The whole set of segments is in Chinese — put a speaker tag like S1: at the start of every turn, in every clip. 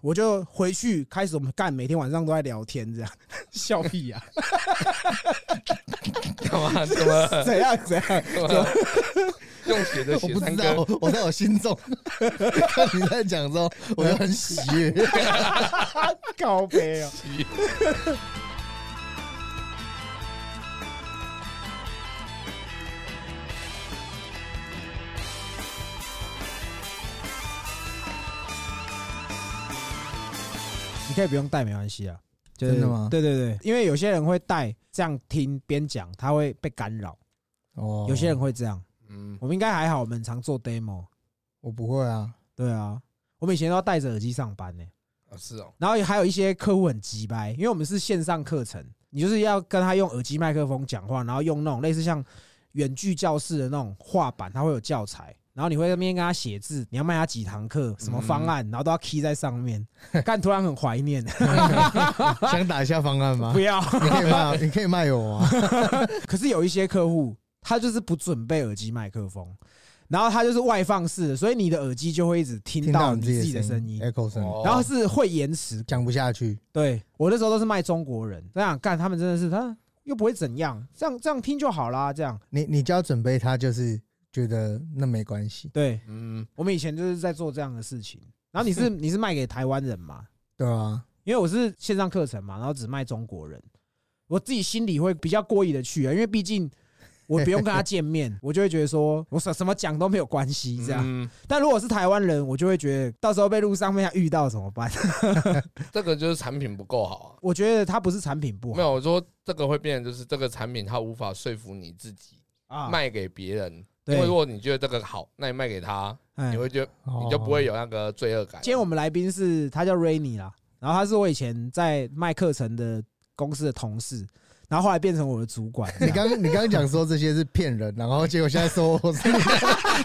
S1: 我就回去开始我们干，每天晚上都在聊天，这样 笑屁啊呀、
S2: 干嘛？怎么？
S1: 怎样怎样？
S2: 干嘛用血的
S3: 我
S2: 血
S3: 不
S2: 三
S3: 知
S2: 哥
S3: 道，我在我 心中看你在讲之后，我就很喜悦。
S1: 告白啊！ 你可以不用带，没关系啊。就是
S3: 真的吗
S1: 对对对，因为有些人会带，这样听边讲，他会被干扰。
S3: 哦
S1: 有些人会这样，
S2: 嗯，
S1: 我们应该还好，我们常做 demo。
S3: 我不会啊，
S1: 对啊，我们以前都要戴着耳机上班呢、
S2: 哦是哦，
S1: 然后还有一些客户很急掰，因为我们是线上课程，你就是要跟他用耳机麦克风讲话，然后用那种类似像远距教室的那种画板，它会有教材，然后你会在那边跟他写字，你要卖他几堂课，什么方案，然后都要 key 在上 面。但突然很怀念，
S3: 想打一下方案吗
S1: 不？要。
S3: 你可以卖，你可以卖我啊。
S1: 可是有一些客户他就是不准备耳机麦克风，然后他就是外放式的，所以你的耳机就会一直 听
S3: 听
S1: 到
S3: 到
S1: 你
S3: 你
S1: 自己的
S3: 声
S1: 声音，哎
S3: ，echo 声，
S2: 哦
S1: 然后是会延迟
S3: 讲不下去。
S1: 对我那时候都是卖中国人，这样干他们真的是他又不会怎样，这样这样听就好啦。这样
S3: 你你就要准备，他就是觉得那没关系，
S1: 对
S2: 嗯，
S1: 我们以前就是在做这样的事情。然后你是你是卖给台湾人嘛？
S3: 对啊，
S1: 因为我是线上课程嘛，然后只卖中国人，我自己心里会比较过意的去啊，因为毕竟我不用跟他见面，我就会觉得说我什什么讲都没有关系这样。
S2: 嗯
S1: 但如果是台湾人，我就会觉得到时候被路上面遇到怎么办？
S2: 这个就是产品不够好啊
S1: 我觉得他不是产品不
S2: 啊。没
S1: 好
S2: 有，我说这个会变，成就是这个产品它无法说服你自己
S1: 啊，
S2: 卖给别人，因
S1: 对
S2: 为如，果你觉得这个好，那你卖给他，
S1: 哎
S2: 你会觉得你就不会有那个罪恶感。
S1: 今天我们来宾是他叫 Rainy 啦，然后他是我以前在卖课程的公司的同事，然后后来变成我的主管。
S3: 你刚你刚刚讲说这些是骗人，然后结果现在说我 是你的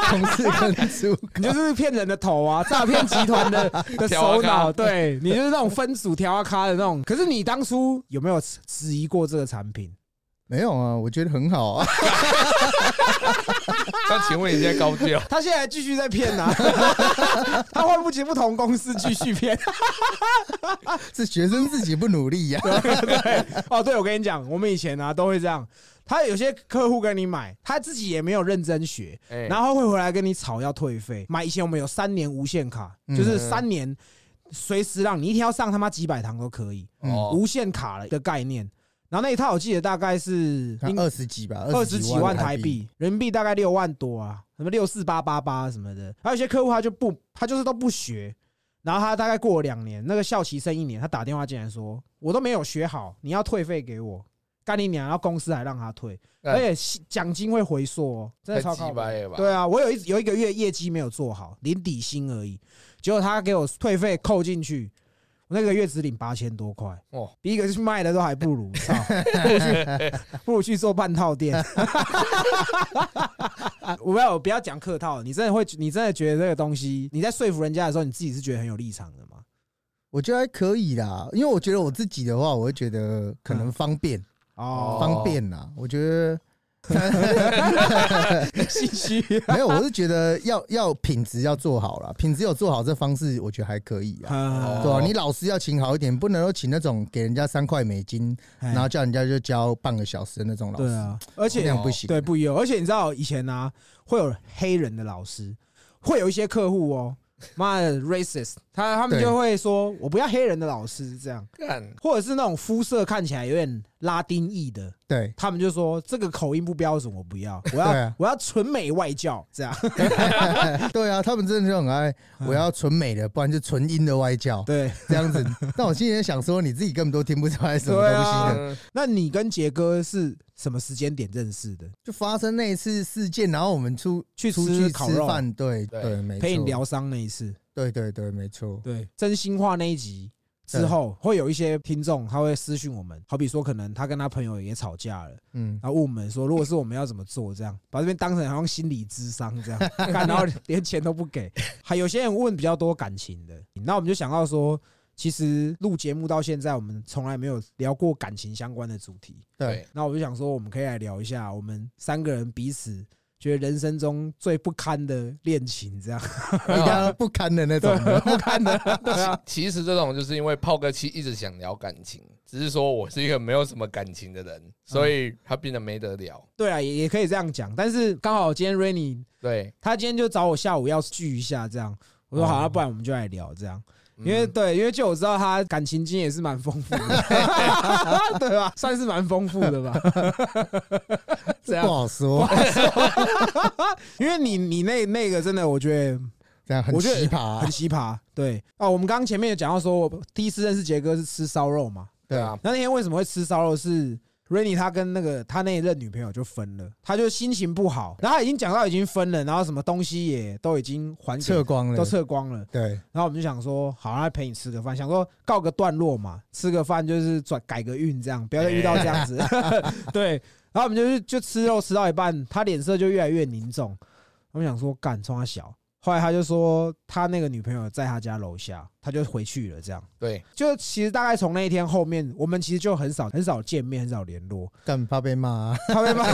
S3: 同事跟主管，
S1: 你就是骗人的头啊， 诈骗集团 的的首
S2: 调啊
S1: 脑，
S2: 咖
S1: 对你就是那种分组调啊咖的那种。可是你当初有没有质疑过这个产品？？
S3: 没有啊，我觉得很好啊。
S2: 那请问你现在高调
S1: 他现在还继续在骗呐、 他换不及不同公司继续骗。
S3: 是学生自己不努 力呀、
S1: 哦，对，我跟你讲，我们以前啊都会这样，他有些客户跟你买，他自己也没有认真学，
S2: 哎
S1: 然后会回来跟你吵要退费。买以前我们有三年无限卡，
S3: 嗯
S1: 就是三年随时让你一天要上他妈几百堂都可以，
S2: 哦，
S1: 无限卡的概念。然后那一套我记得大概是
S3: 他二十几吧，
S1: 二十
S3: 十
S1: 几
S3: 万
S1: 万台，币，人民币大概六万多啊，什么六四八八八什么的。还有一些客户他就不，他就是都不学。然后他大概过了两年，那个校期剩一年，他打电话进来说：“我都没有学好，你要退费给我，干你娘！”然后公司还让他退，
S2: 哎
S1: 而且奖金会回溯、哦，真的超
S2: 太
S1: 靠
S2: 鸡
S1: 北
S2: 掰了吧？
S1: 对啊，我有一有一个月业绩没有做好，领底薪而已，结果他给我退费扣进去，我那个月只领八千多块，
S2: 哦
S1: 比一个去卖的都还不如，操，不如去不如去做半套店。我不要我不要讲客套，你真的会你真的觉得这个东西，你在说服人家的时候，你自己是觉得很有立场的吗？
S3: 我觉得还可以啦。因为我觉得我自己的话，我会觉得可
S1: 嗯
S3: 能方便，
S1: 哦，
S3: 方便啦。我觉得
S1: 心虚。
S3: 没有，我是觉得要要品质要做好啦，品质有做好这方式，我觉得还可以啊。
S1: 啊
S3: 对啊，你老师要请好一点，不能够请那种给人家三块美金，
S1: 哎
S3: 然后叫人家就教半个小时的那种老
S1: 对
S3: 师，
S1: 啊，而且
S3: 那样不行。
S1: 对，不一样。而且你知道以前啊，会有黑人的老师，会有一些客户哦，妈的 racist，他他们
S3: 对
S1: 就会说我不要黑人的老师这样，
S2: 干
S1: 或者是那种肤色看起来有点拉丁裔的。
S3: 对，
S1: 他们就说这个口音不标准，我不要，我
S3: 对
S1: 要
S3: 啊
S1: 我要纯美外教这样。
S3: 对啊，他们真的就很爱，我要纯美的，不然就纯音的外教
S1: 嗯 对，
S3: 这样子。但我心里在想说，你自己根本都听不出来什么
S1: 对
S3: 东
S1: 啊
S3: 西的。
S2: 嗯
S1: 那你跟杰哥是什么时间点认识的？
S3: 就发生那一次事件，然后我们出
S1: 去
S3: 出
S1: 吃
S3: 去
S1: 烤
S3: 吃
S1: 肉
S3: 饭，对
S2: 对
S3: 对，没错，
S1: 陪你疗伤那一次，
S3: 对对对，没错，
S1: 对，真心话那一集之
S3: 对
S1: 后，会有一些听众他会私讯我们，好比说可能他跟他朋友也吵架了。
S3: 嗯，
S1: 然后问我们说，如果是我们要怎么做？这样把这边当成好像心理智商这样，干然后连钱都不给。还有些人问比较多感情的，那我们就想到说，其实录节目到现在，我们从来没有聊过感情相关的主题。
S3: 对
S2: 对，
S1: 那我就想说，我们可以来聊一下我们三个人彼此觉得人生中最不堪的恋情，这样
S2: 没
S3: 一
S2: 有啊
S1: 啊
S3: 家不堪的那种的，
S1: 不堪的，对啊，
S2: 其 实这种就是因为炮哥其实一直想聊感情，只是说我是一个没有什么感情的人，所以
S1: 嗯
S2: 他变得没得聊。
S1: 对啊，也也可以这样讲。但是刚好今天 Rainy
S2: 对，
S1: 他今天就找我下午要聚一下，这样我说好啊，不然我们就来聊这样。因为
S2: 嗯
S1: 对，因为就我知道他感情经也是蛮丰富的， 对吧？算是蛮丰富的吧。这
S3: 不
S1: 样，
S3: 好说，
S1: 因为你你那那个真的，我觉得
S3: 这样很
S1: 我觉得
S3: 奇葩啊
S1: 很。奇葩。对啊，我们刚刚前面有讲到说，我第一次认识杰哥是吃烧肉嘛。
S2: 对啊，
S1: 那那天为什么会吃烧肉是？Rainy 他跟那个他那一任女朋友就分了，他就心情不好，然后他已经讲到已经分了，然后什么东西也都已经还给
S3: 测光
S1: 都
S3: 了，
S1: 撤光了，
S3: 对，
S1: 然后我们就想说，好，那陪你吃个饭，想说告个段落嘛，吃个饭就是转改个运，这样不要再遇到这样子。 对，然后我们就是就吃肉吃到一半，他脸色就越来越凝重。我们想说干冲他小，后来他就说他那个女朋友在他家楼下，他就回去了。这样，
S2: 对，
S1: 就其实大概从那一天后面，我们其实就很少很少见面，很少联络。
S3: 但怕被骂啊。
S1: 他会吗？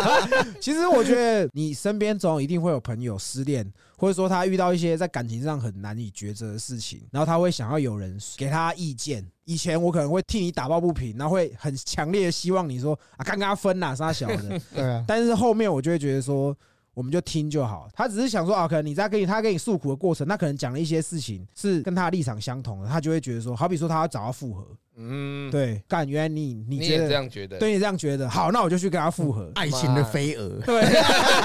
S1: 其实我觉得你身边总有一定会有朋友失恋，或者说他遇到一些在感情上很难以抉择的事情，然后他会想要有人给他意见。以前我可能会替你打抱不平，然后会很强烈的希望你说啊，刚刚分啦，啥小 的。
S3: 对啊，
S1: 但是后面我就会觉得说，我们就听就好。他只是想说啊，可能你在跟你他跟你诉苦的过程，他可能讲了一些事情是跟他的立场相同的，他就会觉得说，好比说他要找他复合，
S2: 嗯，
S1: 对，干原来你你
S2: 你
S1: 觉
S2: 也
S1: 得
S2: 这样觉得？
S1: 对你这样觉得，好，那我就去跟他复合。
S3: 爱情的飞蛾，
S1: 对，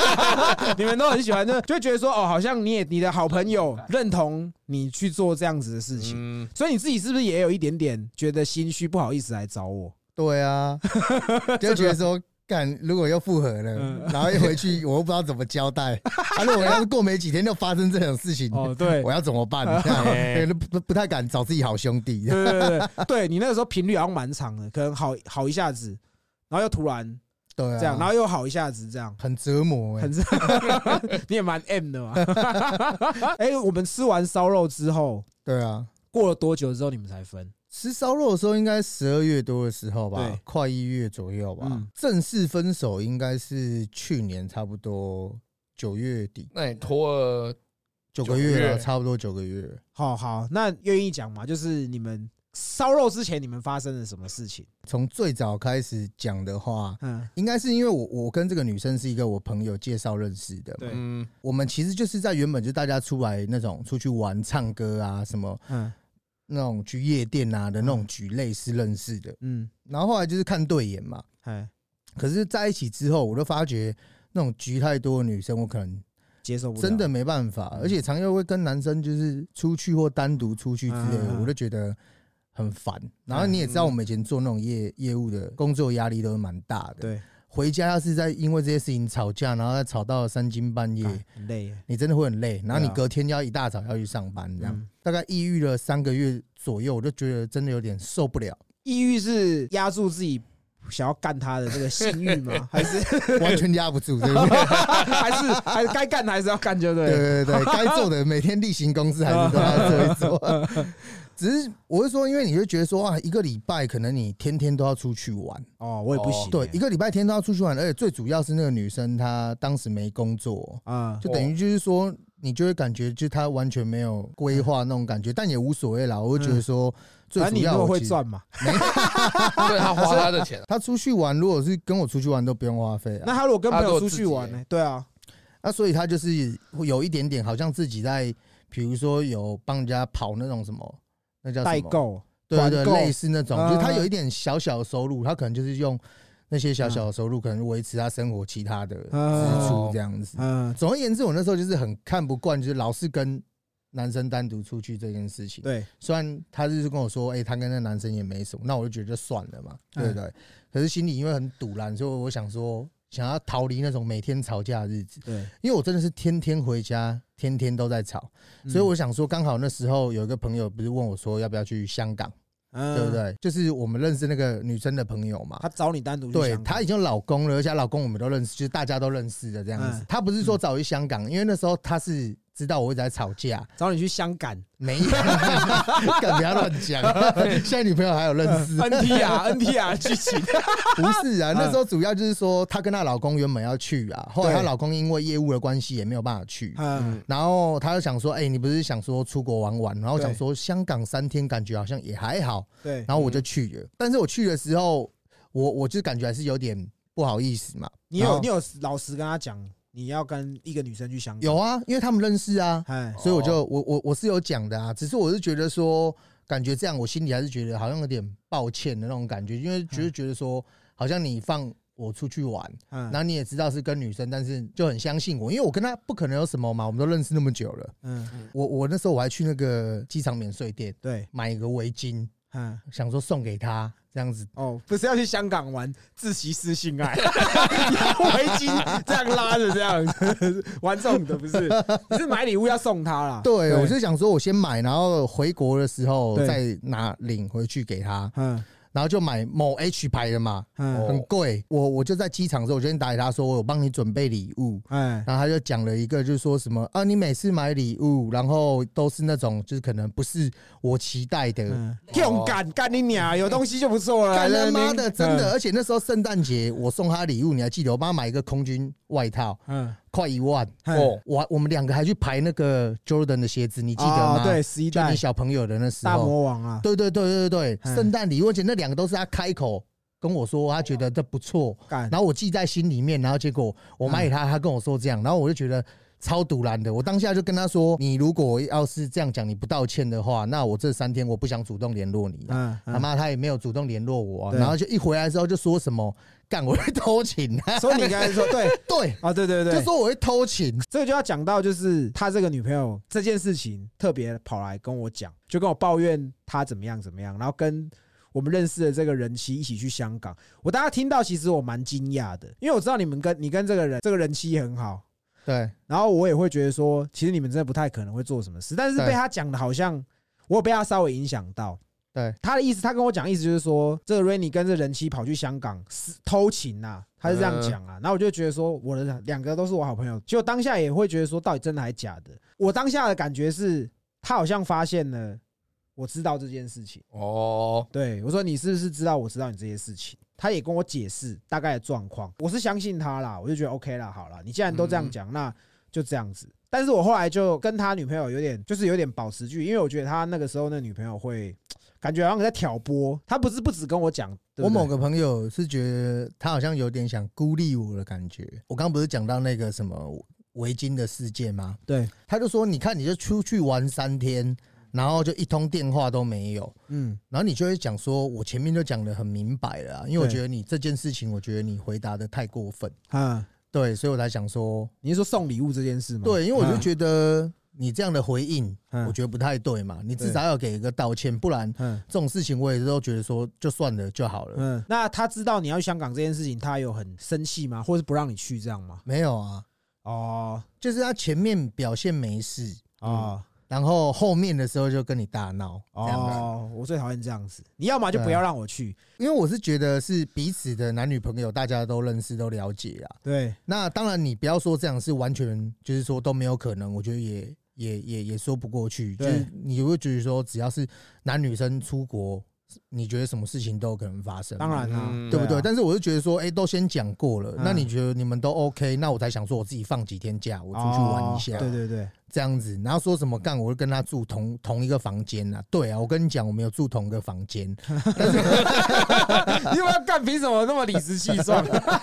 S1: 你们都很喜欢，就就会觉得说，哦，好像你也你的好朋友认同你去做这样子的事情，
S2: 嗯，
S1: 所以你自己是不是也有一点点觉得心虚，不好意思来找我？
S3: 对啊，就觉得说。干，如果又复合了
S1: 嗯，
S3: 然后一回 去，我又不知道怎么交代。啊，如果要是过没几天就发生这种事情，
S1: 哦，对
S3: 嗯 我。要怎么办？
S2: 哎
S3: 对不不不太敢找自己好兄弟。
S1: 对对对对，对你那个时候频率好像蛮长的，可能好好一下子，然后又突然
S3: 对啊，
S1: 这样，然后又好一下子这样，
S3: 很折磨欸。
S1: 很 你也蛮 M 的嘛。 哎，我们吃完烧肉之后，
S3: 对啊，
S1: 过了多久之后你们才分？
S3: 吃烧肉的时候应该十二月多的时候吧
S1: 对，
S3: 快一月左右吧。
S1: 嗯
S3: 正式分手应该是去年差不多九月底，
S2: 那你拖了
S3: 九个
S2: 九
S3: 月了，
S2: 月
S3: 差不多九个月。
S1: 好好，那愿意讲嘛？就是你们烧肉之前，你们发生了什么事情？
S3: 从最早开始讲的话，
S1: 嗯，
S3: 应该是因为我我跟这个女生是一个我朋友介绍认识的，
S1: 对
S2: 嗯，
S3: 我们其实就是在原本就大家出来那种出去玩、唱歌啊，什么
S1: 嗯
S3: 那种去夜店啊的那种局类是认识的，
S1: 嗯，
S3: 然后后来就是看对眼嘛。
S1: 哎，
S3: 可是在一起之后，我就发觉那种局太多的女生，我可能
S1: 接受不了
S3: 真的没办法，
S1: 嗯
S3: 而且常又会跟男生就是出去或单独出去之类
S1: 嗯嗯
S3: 的，
S1: 嗯
S3: 我就觉得很烦。然后你也知道，我们以前做那种业业务的工作压力都是蛮大的。
S1: 嗯对，
S3: 回家要是在因为这些事情吵架，然后再吵到三更半夜，
S1: 干很累耶，
S3: 你真的会很累。然后
S1: 对啊
S3: 你隔天要一大早要去上班，这样
S1: 嗯
S3: 大概抑郁了三个月左右，我就觉得真的有点受不了，
S1: 抑郁是压住自己想要干他的这个性欲 吗？还是
S3: 完全压不住，对不对？
S1: 还是还是该干的还是要干，就对了。
S3: 对对对，该做的每天例行公事还是都要做一做。 只是我是说，因为你会觉得说啊，一个礼拜可能你天天都要出去玩，
S1: 哦，我也不行耶。
S3: 对，一个礼拜天都要出去玩，而且最主要是那个女生她当时没工作，
S1: 啊，
S3: 就等于就是说你就会感觉就她完全没有规划那种感觉，但也无所谓啦。我就觉得说，最
S1: 嗯反正
S3: 主
S1: 你如
S3: 要
S1: 果
S3: 我
S1: 会
S3: 其实
S1: 赚嘛，
S2: 对他花他的 钱，
S3: 她出去玩，如果是跟我出去玩都不用花费
S1: 那
S3: 啊，
S1: 他如果跟朋
S2: 他
S1: 友
S2: 如
S1: 出
S2: 果
S1: 去玩
S2: 自己
S1: 呢？对啊，
S3: 那所以她就是会有一点点好像自己在，比如说有帮人家跑那种什么。那叫什
S1: 代
S3: 么？
S1: 购
S3: 对
S1: 团
S3: 对，
S1: 购
S3: 类似那种，
S1: 啊
S3: 就是他有一点小小的收入，他可能就是用那些
S1: 嗯
S3: 小小的收入，可能维持他生活其他的支出这样子。
S1: 嗯，
S3: 总而言之，我那时候就是很看不惯，就是老是跟男生单独出去这件事情。
S1: 对，
S3: 虽然他就是跟我说，哎，他跟那男生也没什么，那我就觉得就算了嘛，对
S1: 嗯
S3: 不对？可是心里因为很堵然，所以我想说。想要逃离那种每天吵架的日子，
S1: 对，
S3: 因为我真的是天天回家，天天都在吵，
S1: 嗯
S3: 所以我想说，刚好那时候有一个朋友不是问我说要不要去香港。
S1: 嗯
S3: 对不？对？就是我们认识那个女生的朋友嘛，
S1: 他找你单独去
S3: 对
S1: 香港
S3: 她已经有老公了，而且她老公我们都认识，就是大家都认识的这样子
S1: 嗯。
S3: 她不是说找去香港，因为那时候她是知道我一直在 吵架，
S1: 找你去香港
S3: 没有，敢不要乱 讲。现在女朋友还有认识，
S1: NT 啊 NT 啊剧情，
S3: 不是啊？那时候主要就是说，她跟她老公原本要去啊，后来她
S1: 嗯对
S3: 老公因为业务的关系也没有办法去。
S1: 嗯，
S3: 然后她就想说，哎、你不是想说出国玩玩？然后我想
S1: 对
S3: 说香港三天感觉好像也还好，
S1: 对，
S3: 然后我就去了。但是我去的时候，我我就感觉还是有点不好意思嘛。
S1: 你
S3: 然
S1: 有
S3: 后
S1: 你有老实跟他讲你要跟一个女生去香港，
S3: 有，啊，因为他们认识啊，
S1: 哎，
S3: 所以我就我我我是有讲的啊，只是我是觉得说，感觉这样我心里还是觉得好像有点抱歉的那种感觉，因为就是觉得说，好像你放我出去玩，
S1: 嗯
S3: 然后你也知道是跟女生，但是就很相信我，因为我跟她不可能有什么嘛，我们都认识那么久了。
S1: 嗯，
S3: 我我那时候我还去那个机场免税店
S1: 对，
S3: 买一个围巾，
S1: 嗯，
S3: 想说送给她这样子。
S1: 哦，不是要去香港玩自习室性 爱，围巾这样拉着这样子玩这种的，不是，你是买礼物要送他啦，
S3: 对，我就想说，我先买，然后回国的时候
S1: 对
S3: 再拿领回去给她，
S1: 嗯
S3: 然后就买某 H 牌的嘛，
S1: 嗯
S2: 哦
S3: 很贵。我我就在机场的时候，我就先打给他说，我有帮你准备礼物。
S1: 哎
S3: 然后他就讲了一个，就是说什么啊，你每次买礼物，然后都是那种，就是可能不是我期待的。
S1: 嗯，勇敢干你娘，有东西就不错了，
S3: 干
S1: 在
S3: 他
S1: 哎那边嗯
S3: 妈的，真的！，而且那时候圣诞节，我送他礼物，你还记得？我帮他买一个空军外套，
S1: 嗯，
S3: 快一万。
S1: 嗯
S2: 哦，
S3: 我我们两个还去排那个 Jordan 的鞋子，你
S1: 你
S3: 记得
S1: 哦
S3: 吗？
S1: 对，，十一
S3: 就
S1: 代
S3: 你小朋友的那时
S1: 大
S3: 候。
S1: 魔王啊，
S3: 对对对对对，
S1: 嗯
S3: 圣诞礼物，而且那两个都是他开口跟我说，他觉得这不错。
S1: 干，
S3: 然后我记在心里面，然后结果我买给他，
S1: 嗯
S3: 他跟我说这样，然后我就觉得超堵然的。我当下就跟他说：“你如果要是这样讲，你不道歉的话，那我这三天我不想主动联络你。
S1: 嗯，嗯
S3: 他妈，他也没有主动联络我啊、
S1: 对
S3: 然后就一回来之后就说什么干我会偷情、啊，
S1: 所以你刚才说对，
S3: 对，
S1: 哦，对对对，
S3: 就说我会偷情，
S1: 这个就要讲到，就是他这个女朋友这件事情，特别跑来跟我讲，就跟我抱怨他怎么样怎么样，然后跟我们认识的这个人妻一起去香港。我大家听到，其实我蛮惊讶的，因为我知道你们跟你跟这个人，这个人妻也很好，
S3: 对
S1: 然后我也会觉得说，其实你们真的不太可能会做什么事，但是
S3: 对
S1: 被他讲的好像我有被他稍微影响到。
S3: 对，
S1: 他的意思，他跟我讲意思就是说，这个 Rainy 跟这人妻跑去香港是偷情呐、他是这样讲啊。
S3: 呃
S1: 然后我就觉得说，我的两个都是我好朋友，就当下也会觉得说，到底真的还假的？我当下的感觉是，他好像发现了我知道这件事情。
S2: 哦，
S1: 对我说，你是不是知道我知道你这些事情？他也跟我解释大概的状况，我是相信他啦，我就觉得 OK 啦，好啦，你既然都这
S3: 嗯
S1: 样讲，那就这样子。但是我后来就跟他女朋友有点，就是有点保持距离，因为我觉得他那个时候那女朋友会感觉好像在挑拨，他不是不止跟我讲，对不对
S3: 我某个朋友是觉得他好像有点想孤立我的感觉。我刚刚不是讲到那个什么围巾的事件吗？
S1: 对，
S3: 他就说：“你看，你就出去玩三天，然后就一通电话都没有，
S1: 嗯，
S3: 然后你就会讲说，我前面就讲的很明白了、啊，因为我觉得你这件事情，我觉得你回答的太过分，
S1: 啊，
S3: 对，所以我才想说，
S1: 你是说送礼物这件事吗？啊
S3: 对，因为我就觉得你这样的回应，
S1: 嗯
S3: 我觉得不太对嘛，你至少要给一个道歉，不然
S1: 嗯
S3: 这种事情我也都觉得说就算了就好了。
S1: 嗯，那他知道你要去香港这件事情，他有很生气吗？或是不让你去这样吗？
S3: 没有啊，
S1: 哦
S3: 就是他前面表现没事，嗯
S1: 哦
S3: 然后后面的时候就跟你大闹，这样啊子。”
S1: 哦，我最讨厌这样子，你要么就不要让我去，
S3: 因为我是觉得是彼此的男女朋友，大家都认识、都了解啊。
S1: 对，
S3: 那当然，你不要说这样是完全，就是说都没有可能，我觉得也也也也说不过去。就
S1: 对
S3: 是你会觉得说，只要是男女生出国，你觉得什么事情都有可能发生，
S1: 当然啦、
S2: 嗯
S3: 对不对？
S1: 啊
S3: 但是我就觉得说，哎、都先讲过了，
S1: 嗯
S3: 那你觉得你们都 OK，那我才想说我自己放几天假，我出去玩一下，
S1: 哦对对对，
S3: 这样子。然后说什么干，我就跟他住同同一个房间啊。对啊，我跟你讲，我们有住同一个房间，
S1: 你有没有干？凭什么那么理直气壮？
S2: 啊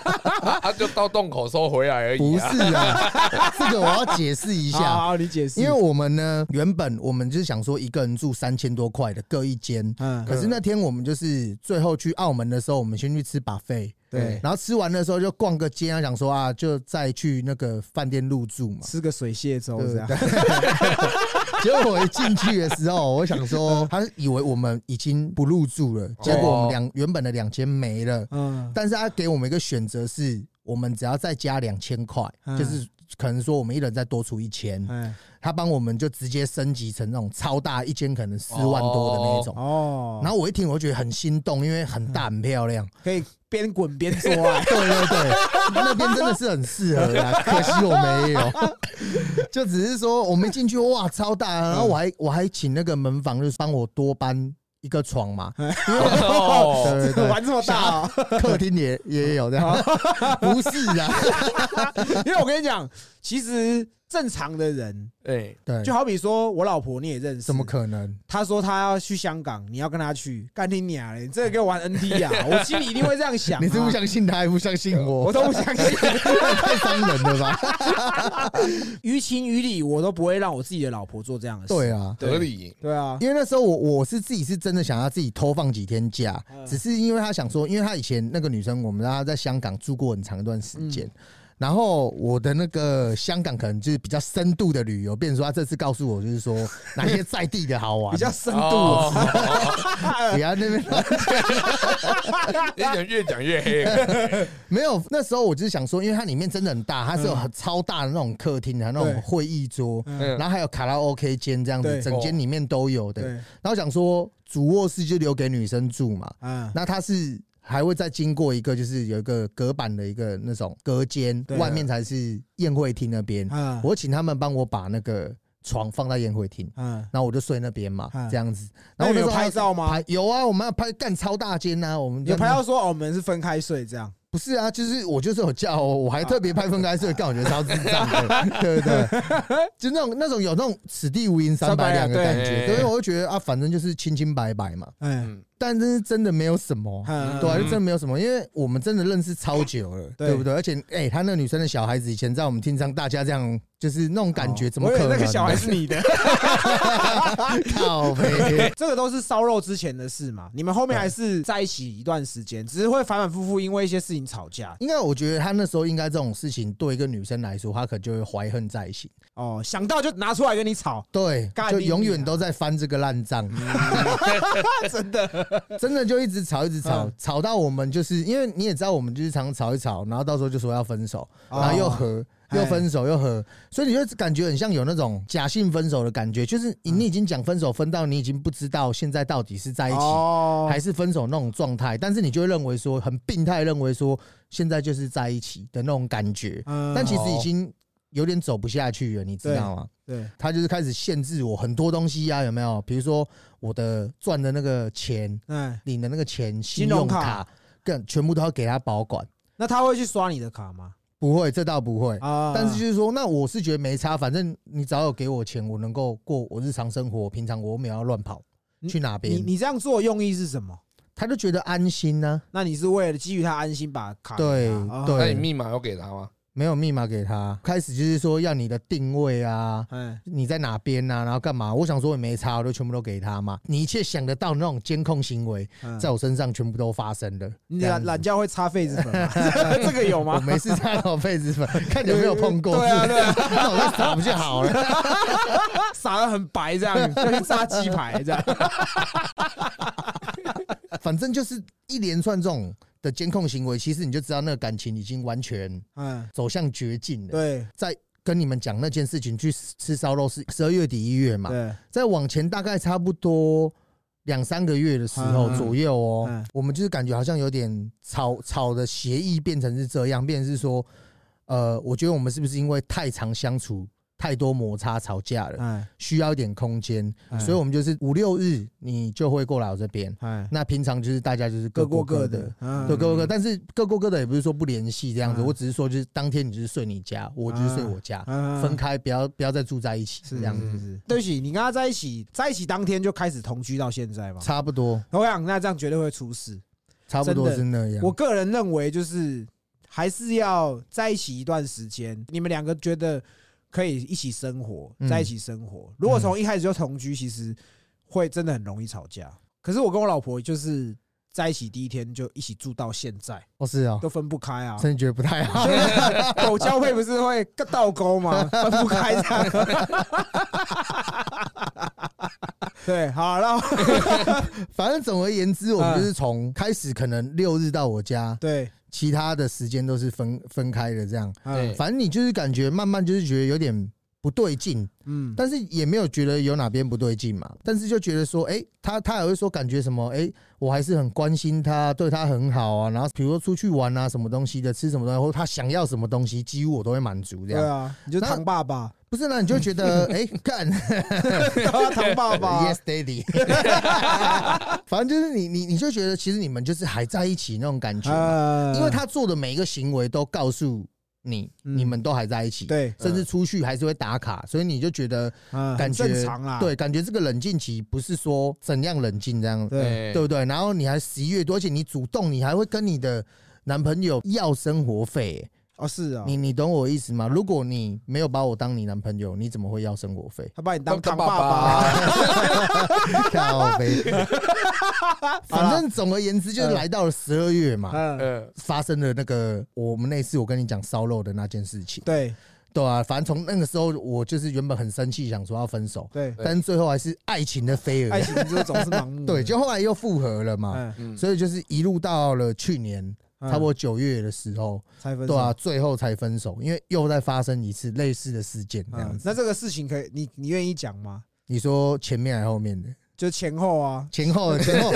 S2: 啊，就到洞口收回来而
S3: 不
S2: 已啊。
S3: 是啊， 这个我要解释 一
S1: 好
S3: 下，
S1: 好，你啊解释，
S3: 因为我们呢，原本我们就是想说一个人住三千多块的各一间，
S1: 嗯，
S3: 可是那天我们就是最后去澳门的时候，我们先去吃 buffet，
S1: 对，
S3: 然后吃完的时候就逛个街，然后想说啊，就再去那个饭店入住 嘛。
S1: 吃个水蟹粥
S3: 对
S1: 这样，
S3: 结果我一进去的时候，我想说，他以为我们已经不入住了，结果我们两原本的两间没了，
S1: 嗯，
S3: 但是他给我们一个选择是，我们只要再加两千块，
S1: 嗯
S3: 就是可能说我们一人再多出一千，
S1: 哎，
S3: 他帮我们就直接升级成那种超大一间，可能四万多的那一种。
S1: 哦，
S3: 然后我一听，我就觉得很心动，因为很大很漂亮。
S1: 可以边滚边做 爱，
S3: 对对对，那边真的是很适合啦，可惜我没有。就只是说我们进去哇超大，然后
S1: 嗯
S3: 我还我还请那个门房就是帮我多搬一个床嘛，
S1: 啊
S2: 哦，
S3: 对对对，
S1: 玩这么大、嗯哦，
S3: 客厅也也有这样， 不是啊，
S1: 因为我跟你讲，其实正常的人，
S2: 哎，
S3: 对，
S1: 就好比说我老婆你也认识，
S3: 怎么可能？
S1: 他说他要去香港，你要跟他去，干你娘嘞！你这个给我玩 NT 啊！我心里一定会这样想、啊。
S3: 你是不？相信他，还不相信
S1: 我
S3: 我？
S1: 都不 相信，
S3: 太伤人了吧？
S1: 于情于理，我都不会让我自己的老婆做这样的事。
S3: 对，啊，
S2: 合理，
S1: 对啊，
S3: 因为那时候我我是自己是真的想要自己偷放几天假，
S1: 嗯
S3: 只是因为他想说，因为他以前那个女生，我们让她在香港住过很长一段时间。然后我的那个香港可能就是比较深度的旅游，变成说他啊这次告诉我就是说哪些在地的好玩，
S1: 比较深度、
S2: 哦
S1: 哦。
S3: 不要那边
S1: 啊
S2: 你讲越讲越黑，
S3: 没有。那时候我就是想说，因为它里面真的很大，它是有很超大的那种客厅啊，那
S1: 对
S3: 种会议桌，
S2: 嗯
S3: 然后还有卡拉 OK 间这样
S1: 对哦
S3: 子，整间里面都有的。
S1: 对，
S3: 然后想说主卧室就留给女生住嘛，
S1: 嗯，
S3: 那它是还会再经过一个，就是有一个隔板的一个那种隔间，
S1: 对
S3: 外面才是宴会厅那边。
S1: 嗯，
S3: 我请他们帮我把那个床放在宴会厅，
S1: 嗯，
S3: 然后我就睡那边嘛
S1: 嗯，
S3: 这样子。
S1: 那
S3: 然
S1: 你
S3: 后
S1: 有
S3: 那时候
S1: 拍
S3: 还
S1: 照吗
S3: 拍有啊，我们要拍干超大间啊，我们
S1: 有拍到说哦我们是分开睡这样，
S3: 不是啊，就是我就是有叫哦，我还特别拍分开睡，干我觉得超智障 的，对不对？就那种那种有那种此地无银三百两的
S1: 三百
S3: 感
S2: 两
S3: 觉，
S2: 对
S3: 所以我就觉得啊，反正就是清清白白嘛。
S1: 嗯，
S2: 嗯
S3: 但真是真的没有什么，
S1: 嗯
S3: 对、啊，
S2: 嗯
S3: 就真的没有什么，因为我们真的认识超久了，
S1: 对
S3: 对不对？而且，哎、他那个女生的小孩子以前在我们厅上，大家这样就是那种感觉，怎么
S1: 我
S3: 可
S1: 以为
S3: 能？
S1: 哦那个小孩是你的，
S3: 靠呗，
S1: 这个都是烧肉之前的事嘛。你们后面还是在一起一段时间，只是会反反复复因为一些事情吵架。
S3: 应该我觉得他那时候应该这种事情对一个女生来说，她可能就会怀恨在心，
S1: 哦，想到就拿出来跟你吵，
S3: 对
S1: 干，
S3: 就
S1: 你
S3: 永
S1: 娘
S3: 远都在翻这个烂账，
S1: 啊嗯 真的。
S3: 真的就一直吵，一直吵
S1: 嗯，
S3: 吵到我们就是因为你也知道，我们就是常吵一吵，然后到时候就说要分手，
S1: 哦
S3: 然后又和。又分手又和，所以你就感觉很像有那种假性分手的感觉，就是你
S1: 嗯
S3: 你已经讲分手，分到你已经不知道现在到底是在一起
S1: 哦
S3: 还是分手那种状态，但是你就会认为说很病态，认为说现在就是在一起的那种感觉，
S1: 嗯
S3: 但其实已经有点走不下去了，你知道吗？
S1: 对，
S3: 他就是开始限制我很多东西呀、有没有？比如说我的赚的那个钱，
S1: 嗯，
S3: 领的那个钱，信
S1: 融
S3: 用
S1: 卡
S3: 卡，更全部都要给他保管。
S1: 那他会去刷你的卡吗？
S3: 不会，这倒不会。
S1: 啊，
S3: 但是就是说，那我是觉得没差，反正你只要有给我钱，我能够过我日常生活，平常我没有要乱跑
S1: 你
S3: 去哪
S1: 你
S3: 边，
S1: 你这样做的用意是什么？
S3: 他就觉得安心呢、
S1: 那你是为了基于他安心把卡给
S3: 对
S1: 他哦
S2: 那
S3: 对
S2: 哎你密码有给他吗？
S3: 没有密码给他，开始就是说要你的定位啊，
S1: 嗯
S3: 你在哪边啊，然后干嘛？我想说也没差，我就全部都给他嘛。你一切想得到那种监控行为，
S1: 嗯，
S3: 在我身上全部都发生了。
S1: 你
S3: 这样
S1: 懒
S3: 子
S1: 懒觉会擦痱子粉 吗？ 这个有
S3: 我
S1: 吗？
S3: 没事擦老痱子粉， 看有没有碰过。
S1: 对啊
S3: 是不是，那我再撒不就好了？
S1: 撒的很白，这样就跟炸鸡排这样。
S3: 反正就是一连串这种的监控行为，其实你就知道那个感情已经完全
S1: 嗯，
S3: 走向绝境了。
S1: 对
S3: 跟你们讲那件事情，去吃烧肉是十二月底一月嘛，
S1: 对，
S3: 再往前大概差不多两三个月的时候
S1: 嗯
S3: 左右哦，
S1: 嗯
S3: 我们就是感觉好像有点吵吵的协议变成是这样，变成是说，呃，我觉得我们是不是因为太常相处、太多摩擦吵架了，
S1: 嗯，
S3: 需要一点空间，
S1: 嗯
S3: 所以我们就是五六日你就会过来我这边。
S1: 哎，
S3: 那平常就是大家就是
S1: 各
S3: 各
S1: 过
S3: 过
S1: 各
S3: 各
S1: 的
S3: 的，，
S1: 嗯
S3: 对，各过各，
S2: 嗯
S3: 但是各过各的也不是说不联系这样子，
S1: 嗯
S3: 我只是说就是当天你就是睡你家，我就是睡我家，
S1: 嗯
S3: 分开不要不要再住在一起
S1: 是
S3: 这样子，
S1: 是是。对不起，你跟他在一起，在一起当天就开始同居到现在嘛？
S3: 差不多。
S1: 我想那这样绝对会出事。
S3: 差不多是那样。
S1: 我个人认为，就是还是要在一起一段时间。你们两个觉得可以一起生活，
S3: 嗯
S1: 在一起生活。如果从一开始就同居，其实会真的很容易吵架。可是我跟我老婆就是在一起第一天就一起住到现在，
S3: 哦是哦，
S1: 都分不开啊。
S3: 真的觉得不太好。
S1: 狗交配不是会倒钩吗？ 分不开这样。对，好，然后
S3: 反正总而言之，
S1: 嗯
S3: 我们就是从开始可能六日到我家，
S1: 对，
S3: 其他的时间都是分分开的这样。
S1: 嗯
S2: 对
S3: 反正你就是感觉慢慢就是觉得有点。不对劲，
S1: 嗯，
S3: 但是也没有觉得有哪边不对劲嘛。但是就觉得说，哎、他他也会说感觉什么，哎、我还是很关心他，对他很好啊。然后比如说出去玩啊，什么东西的，吃什么东西，或他想要什么东西，几乎我都会满足这
S1: 对
S3: 样。
S1: 啊，你就
S3: 那
S1: 唐爸 爸，
S3: 不是呢，你就 觉得，哎、干。
S1: 对啊唐爸爸
S3: Yes, Daddy。反正就是你，你你就觉得其实你们就是还在一起那种感觉嘛，
S1: 呃
S3: 因为他做的每一个行为都告诉你，
S1: 嗯
S3: 你们都还在一起，，
S1: 对，呃
S3: 甚至出去还是会打卡，所以你就觉得
S1: 嗯，很
S3: 啊感觉
S1: 正常啦，
S3: 对，感觉这个冷静期不是说怎样冷静这样，
S1: 对，
S2: 哎
S3: 对不对？然后你还十一月多，而且你主动，你还会跟你的男朋友要生活费，
S1: 哦是啊，？
S3: 你你懂我意思吗？如果你没有把我当你男朋友，你怎么会要生活费
S1: 他把你当唐
S2: 当当
S1: 爸
S2: 爸
S1: 啊
S2: 爸，
S3: 靠背。反正总而言之，就是来到了十二月嘛，
S1: 嗯，
S2: 嗯，
S3: 发生了那个我们那次我跟你讲烧肉的那件事情，
S1: 对
S3: 对啊，反正从那个时候，我就是原本很生气，想说要分手，
S1: 对，
S2: 对
S3: 但是最后还是爱情的飞
S1: 爱
S3: 蛾，
S1: 情这总是盲目的，
S3: 对，就后来又复合了嘛，
S1: 嗯，
S2: 嗯
S3: 所以就是一路到了去年
S1: 嗯
S3: 差不多九月的时候，
S1: 才分手
S3: 对啊，，最后才分手，因为又再发生一次类似的事件这样
S1: 嗯，
S3: 子。
S1: 那这个事情可以，你你愿意讲 吗？
S3: 你说前面还是后面的？
S1: 就前后啊，
S3: 前后的 前后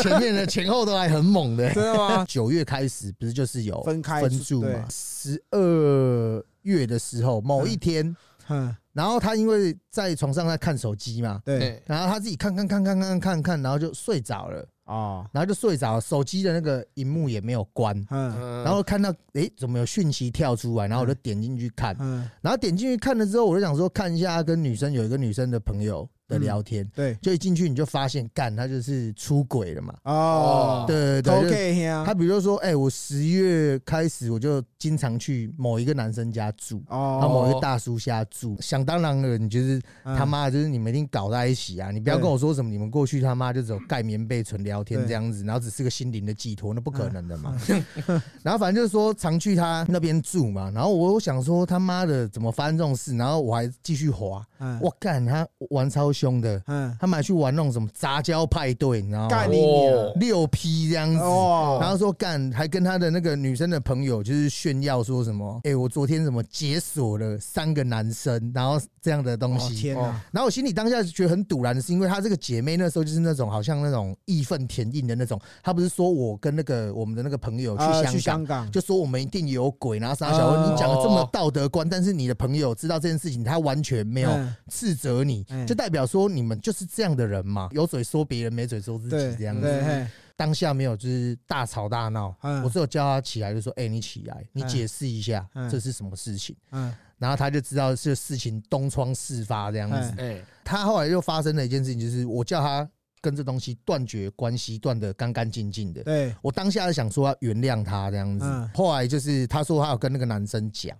S3: 前面的前后都还很猛的，
S1: 真的吗？
S3: 啊九月开始不是就是有
S1: 分开
S3: 分住
S1: 对
S3: 嘛？十二月的时候某一天，
S1: 嗯，
S3: 然后他因为在床上在看手机嘛，
S1: 对，
S2: 对
S3: 然后他自己看看看看看看看，然后就睡着了，
S1: 哦，
S3: 然后就睡着了，手机的那个荧幕也没有关。
S1: 嗯
S2: 嗯
S3: 然后看到诶怎么有讯息跳出来？然后我就点进去看，
S1: 嗯，
S3: 然后点进去看了之后，我就想说看一下他跟女生有一个女生的朋友的聊
S1: 嗯
S3: 天，
S1: 对，
S3: 就一进去你就发现，干他就是出轨了嘛？
S1: 哦，
S3: 对对对，就是
S1: ，OK 呀
S3: 他，比如说，哎、我十月开始我就经常去某一个男生家住，然后
S1: 哦，
S3: 某一个大叔家住，想当然了，你就是
S1: 嗯
S3: 他，妈的就是你们一定搞在一起啊！你不要跟我说什么，你们过去他妈就只有盖棉被、纯聊天
S1: 对
S3: 这样子，然后只是个心灵的寄托，那不可能的嘛。 然后反正就是说常去他那边住嘛，然后我想说他妈的怎么发生这种事，然后我还继续滑，
S1: 嗯
S3: 我干他玩超凶的，
S1: 嗯，
S3: 他们还去玩那种什么杂交派对，你知道吗
S1: 干？你娘
S2: 哦
S3: 六 P 这样子。
S1: 哦，
S3: 嗯然后说干，还跟他的那个女生的朋友就是炫耀说什么，哎、我昨天怎么解锁了三个男生，然后这样的东
S1: 哦
S3: 西。
S1: 天哪，
S3: 然后我心里当下觉得很堵然，是因为她这个姐妹那时候就是那种好像那种义愤填膺的那种，她不是说我跟那个我们的那个朋友去
S1: 啊
S3: 香
S1: 去
S3: 港。
S1: 香港，
S3: 就说我们一定有鬼，然后啥小
S1: 哦
S3: 文，你讲的这么道德观，但是你的朋友知道这件事情，他完全没有
S1: 嗯
S3: 斥责你
S1: 嗯，
S3: 就代表说你们就是这样的人嘛，有嘴说别人，没嘴说自
S1: 对
S3: 己这样子。
S1: 对，嘿
S3: 当下没有就是大吵大闹，
S1: 嗯
S3: 我只有叫他起来，就说：“哎、你起来，你
S1: 嗯
S3: 解释一下
S1: 嗯
S3: 这是什么事情。
S1: 嗯，”
S3: 然后他就知道是事情东窗事发这样子
S1: 嗯。
S2: 哎，
S3: 他后来又发生了一件事情，就是我叫他跟这东西断绝关系，断的干干净净的。
S1: 对，
S3: 我当下就想说要原谅他这样子
S1: 嗯，
S3: 后来就是他说他有跟那个男生讲，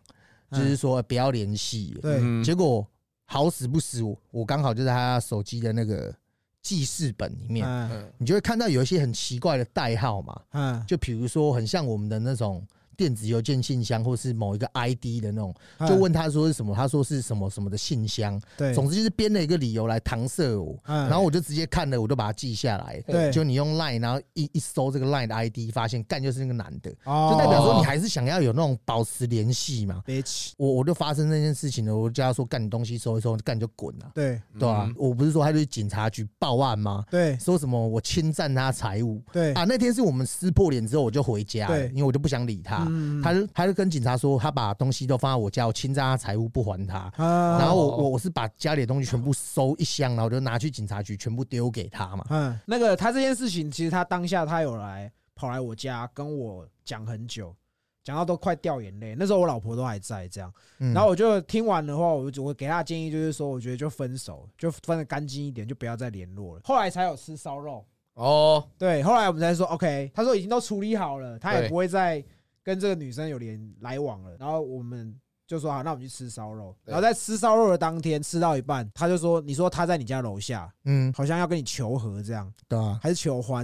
S3: 就
S1: 嗯
S3: 是说哎不要联系。
S1: 对，
S2: 嗯
S3: 结果好死不死，我我刚好就在他手机的那个记事本里面，
S1: 嗯
S2: 嗯
S3: 你就会看到有一些很奇怪的代号嘛，
S1: 嗯，
S3: 就比如说很像我们的那种电子邮件信箱，或是某一个 ID 的那种，就问他说是什么，他说是什么什么的信箱，
S1: 哎嗯对，
S3: 总之就是编了一个理由来搪塞我，
S1: 嗯
S3: 然后我就直接看了，我就把它记下来。
S1: 对
S3: 就你用 Line，然后一一搜这个 Line 的 ID，发现干就是那个男的，
S1: 就
S3: 就代表说你还是想要有那种保持联系嘛。
S1: bitch，
S3: 我我就发生那件事情了，我就叫他说干你东西收一收，干你就滚啊，
S1: 对
S3: 对啊，
S2: 嗯
S3: 我不是说他就去警察局报案吗？
S1: 对
S3: 说什么我侵占他财物，
S1: 对，
S3: 啊，那天是我们撕破脸之后，我就回家了，
S1: 对
S3: 因为我就不想理他。
S1: 嗯
S3: 他就他就跟警察说，他把东西都放在我家，我侵占他财物不还他。
S1: 啊，
S3: 然后我我我是把家里的东西全部收一箱，然后我就拿去警察局，全部丢给他嘛。
S1: 嗯，那个他这件事情，其实他当下他有来跑来我家跟我讲很久，讲到都快掉眼泪。那时候我老婆都还在这样，
S3: 嗯
S1: 然后我就听完的话，我就我给他的建议就是说，我觉得就分手，就分的干净一点，就不要再联络了。后来才有吃烧肉，
S2: 哦，
S1: 对，后来我们才说 OK，他说已经都处理好了，他也
S2: 对
S1: 不会再跟这个女生有联来往了。然后我们。就说好，那我们去吃烧肉。
S2: 对
S1: 然后在吃烧肉的当天，吃到一半，他就说：“你说他在你家楼下，
S3: 嗯，
S1: 好像要跟你求和这样，
S3: 对啊，
S1: 还是求欢？”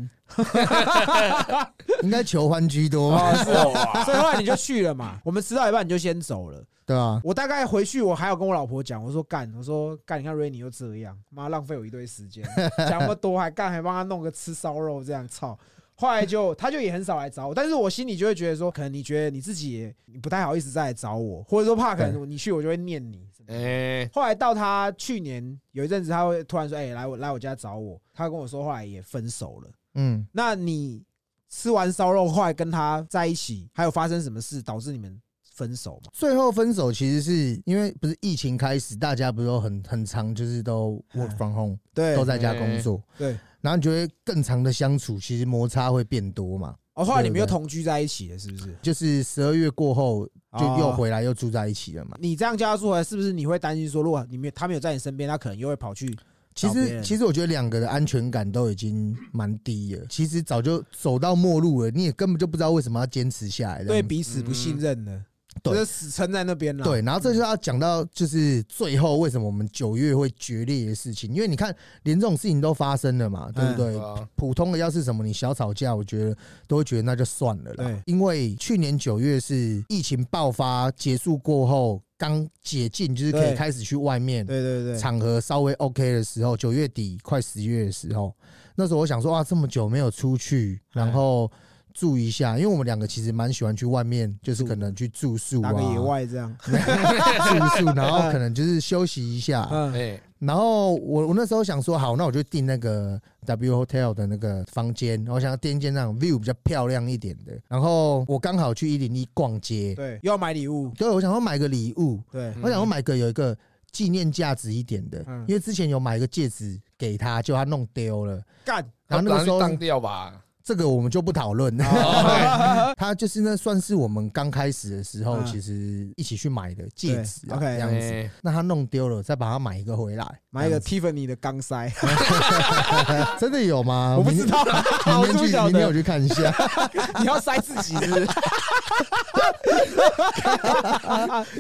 S3: 应该求欢居多吧，
S1: 哦，
S2: 哎
S1: 是哦，所以后来你就去了嘛。我们吃到一半你就先走了。
S3: 对 啊，
S1: 我大概回去，我还有跟我老婆讲，我说干，我说干，你看瑞你又这样，妈浪费我一堆时 间，讲那么多还干，还帮他弄个吃烧肉这样，操！后来就他就也很少来找我，但是我心里就会觉得说，可能你觉得你自己也你不太好意思再来找我，或者说怕可能你去我就会念你什么
S3: 嗯
S2: 哎，
S1: 后来到他去年有一阵子，他会突然说：“哎、来我来我家找我。”他跟我说，后来也分手了。
S3: 嗯，
S1: 那你吃完烧肉，后来跟他在一起，还有发生什么事导致你们分手吗？
S3: 最后分手其实是因为不是疫情开始，大家不是都很很长，就是都 work from home，
S1: 嗯对
S3: 都在家工作，
S1: 对。
S3: 然后你就会更长的相处，其实摩擦会变多嘛。
S1: 哦，后来你们又
S3: 对对对
S1: 同居在一起了，是不是？
S3: 就是十二月过后就
S1: 哦
S3: 又回来又住在一起了嘛。
S1: 你这样叫他出来，是不是你会担心说，如果你没有他没有在你身边，他可能又会跑去
S3: 其
S1: 找别人
S3: 实，其实我觉得两个的安全感都已经蛮低了。其实早就走到末路了，你也根本就不知道为什么要坚持下来。这
S1: 对
S3: 样子
S1: 彼此不信任了，
S3: 嗯对
S1: 就是死撑在那边了。
S3: 对，然后这就要讲到就是最后为什么我们九月会决裂的事情，因为你看连这种事情都发生了嘛，
S1: 嗯
S3: 对不对？
S2: 对啊
S3: 普通的要是什么你小吵架，我觉得都会觉得那就算了啦
S1: 对。
S3: 因为去年九月是疫情爆发结束过后刚解禁，就是可以
S1: 对
S3: 开始去外面
S1: 对对对，
S3: 场合稍微 OK 的时候，九月底快十月的时候，那时候我想说哇，这么久没有出去，
S1: 哎
S3: 然后住一下，因为我们两个其实蛮喜欢去外面，就是
S1: 住
S3: 可能去住宿
S1: 打
S3: 啊，
S1: 个野外哎这 样。
S3: 住宿，然后可能就是休息一下。
S1: 嗯，
S2: 哎，
S3: 然后我我那时候想说，好，那我就订那个 W Hotel 的那个房间，我想要订一间那种 view 比较漂亮一点的。然后我刚好去一零一逛街，
S1: 对，又要买礼物，
S3: 对，我想要买个礼物，
S1: 对，
S3: 我想要买个有一个纪念价值一点的
S1: 嗯，
S3: 因为之前有买一个戒指给他，就他弄丢了。
S1: 干，
S3: 然
S2: 他
S3: 后那个
S2: 不
S3: 时候，
S2: 当掉 吧，
S3: 这个我们就不讨论。
S1: 啊
S2: 哦
S3: 他就是那算是我们刚开始的时候，
S1: 嗯
S3: 其实一起去买的戒指啊，
S1: OK
S3: 这样子。
S2: 哎
S3: 那他弄丢了，再把它买一个回来，
S1: 买一个
S3: 这
S1: Tiffany 的钢塞，
S3: 样 子真的有吗？
S1: 我不知道，啊 我
S3: 啊明
S1: 是不
S3: 天，明天去，
S1: 晓
S3: 明天我
S1: 得。
S3: 去看一下。
S1: 你要塞自己是 不是？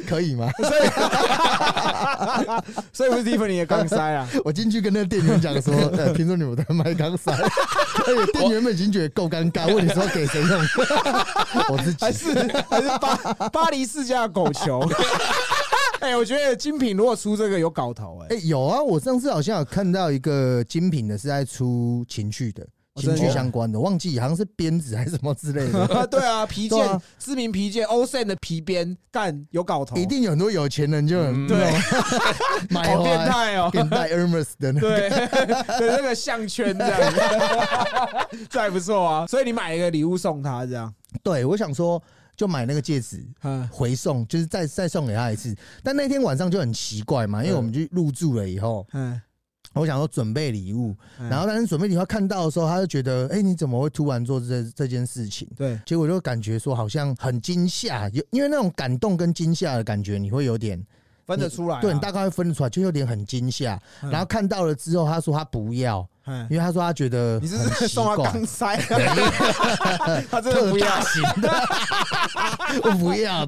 S3: 可以吗？
S1: 所以， 所以不是 Tiffany 的钢塞啊。
S3: 我进去跟那个店 员讲说，呃，听说你们在卖钢 塞，而且店员们已经觉得够尴尬，问你说给谁用？ 我自
S1: 还
S3: 己。
S1: 是还是 巴巴黎世家的狗球。哎、我觉得精品如果出这个有搞头哎、
S3: 哎、有啊，我上次好像有看到一个精品的是在出情趣的，
S1: 哦
S3: 情
S1: 真的
S3: 趣
S1: 吗
S3: 相关的，忘记好像是鞭子还是什么之 类的。
S1: 啊对啊，皮
S3: 哎对
S1: 件、
S3: 啊
S1: 知名皮件欧 n 的皮鞭干有搞头，哎
S3: 一定有很多有钱人就有
S2: 嗯
S1: 对，
S3: 买
S1: 好
S3: 回
S1: 变
S3: 来
S1: 态哦、
S3: 变态 Hermes 的那个
S1: 对 对，那个项圈这样 子，这还不错啊。所以你买一个礼物送他这样，
S3: 对，我想说就买那个戒指
S1: 嗯，
S3: 回送，就是再再送给他一次。但那天晚上就很奇怪嘛，因为我们去入住了以后，
S1: 嗯，
S3: 我想要准备礼物，
S1: 嗯
S3: 然后但是准备礼物他看到的时候，他就觉得，哎、你怎么会突然做这这件事情？
S1: 对
S3: 结果就感觉说好像很惊吓，有因为那种感动跟惊吓的感觉，你会有点
S1: 分得出来、啊，
S3: 对，你大概会分得出来，就有点很惊吓。
S1: 嗯
S3: 然后看到了之后，他说他不要，
S1: 嗯
S3: 因为他说他觉得
S1: 你是
S3: 很
S1: 不是
S3: 奇
S1: 送他
S3: 怪
S1: 钢塞，啊 他真的
S3: 特
S1: 不要
S3: 大。型的， 我不要。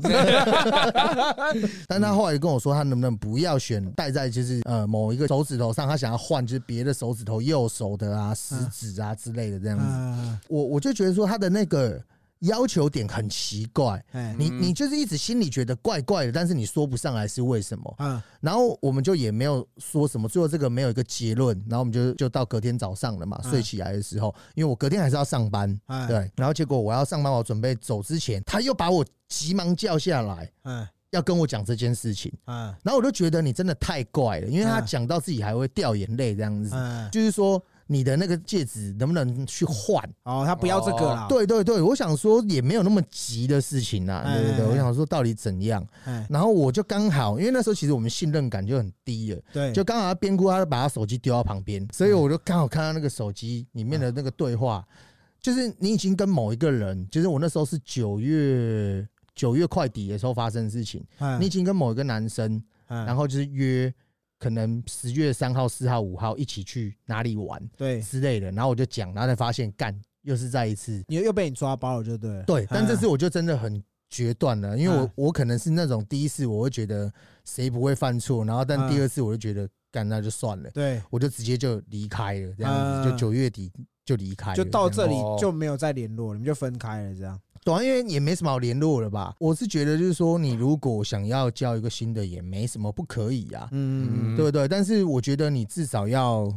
S3: 但他后来跟我说，他能不能不要选戴在就是呃某一个手指头上，他想要换就是别的手指头，右手的啊、食指啊之类的这样子。
S1: 嗯，
S3: 我我就觉得说他的那个要求点很奇怪。
S1: 哎，
S3: 你
S2: 嗯
S3: 你就是一直心里觉得怪怪的，但是你说不上来是为什么。
S1: 嗯，
S3: 然后我们就也没有说什么，最后这个没有一个结论。然后我们就就到隔天早上了嘛，
S1: 嗯
S3: 睡起来的时候，因为我隔天还是要上班，
S1: 哎，
S3: 对，然后结果我要上班，我准备走之前，他又把我急忙叫下来，
S1: 嗯，
S3: 要跟我讲这件事情。
S1: 嗯，
S3: 然后我就觉得你真的太怪了，因为他
S1: 嗯
S3: 讲到自己还会掉眼泪这样子，
S1: 嗯。
S3: 就是说你的那个戒指能不能去换？
S1: 哦，他不要这个啦。，
S3: 对对对，我想说也没有那么急的事情啊，
S1: 哎
S3: 对对对，
S1: 哎
S3: 我想说到底怎样？
S1: 哎，
S3: 然后我就刚好，因为那时候其实我们信任感就很低了。
S1: 对，
S3: 就刚好他边哭，他就把他手机丢到旁边，所以我就刚好看到那个手机里面的那个对
S1: 啊
S3: 话，就是你已经跟某一个人，就是我那时候是九月九月快底的时候发生的事情，你已
S1: 你，
S3: 经跟某一个男生，然
S1: 然
S3: 后就是约可能十月三号、四号、五号一起去哪里玩
S1: 对，
S3: 之类的，然后我就讲，然后才发现干又是再一次
S1: 你又被你抓包了，就对了。
S3: 对，但这
S1: 嗯
S3: 次我就真的很。决断了，因为我
S1: 嗯
S3: 我可能是那种第一次我会觉得谁不会犯错，然后但第
S1: 嗯
S3: 二次我就觉得干那就算了，
S1: 对，
S3: 我就直接就离开了，这样
S1: 啊
S3: 子，就九月底就离开了，
S1: 就到这
S3: 样
S1: 里
S2: 哦
S1: 就没有再联络，你们就分开了，这样。
S3: 对啊，因为也没什么好联络了吧？我是觉得就是说，你如果想要交一个新的，也没什么不可以啊，
S1: 嗯，
S2: 嗯
S3: 对不对？但是我觉得你至少要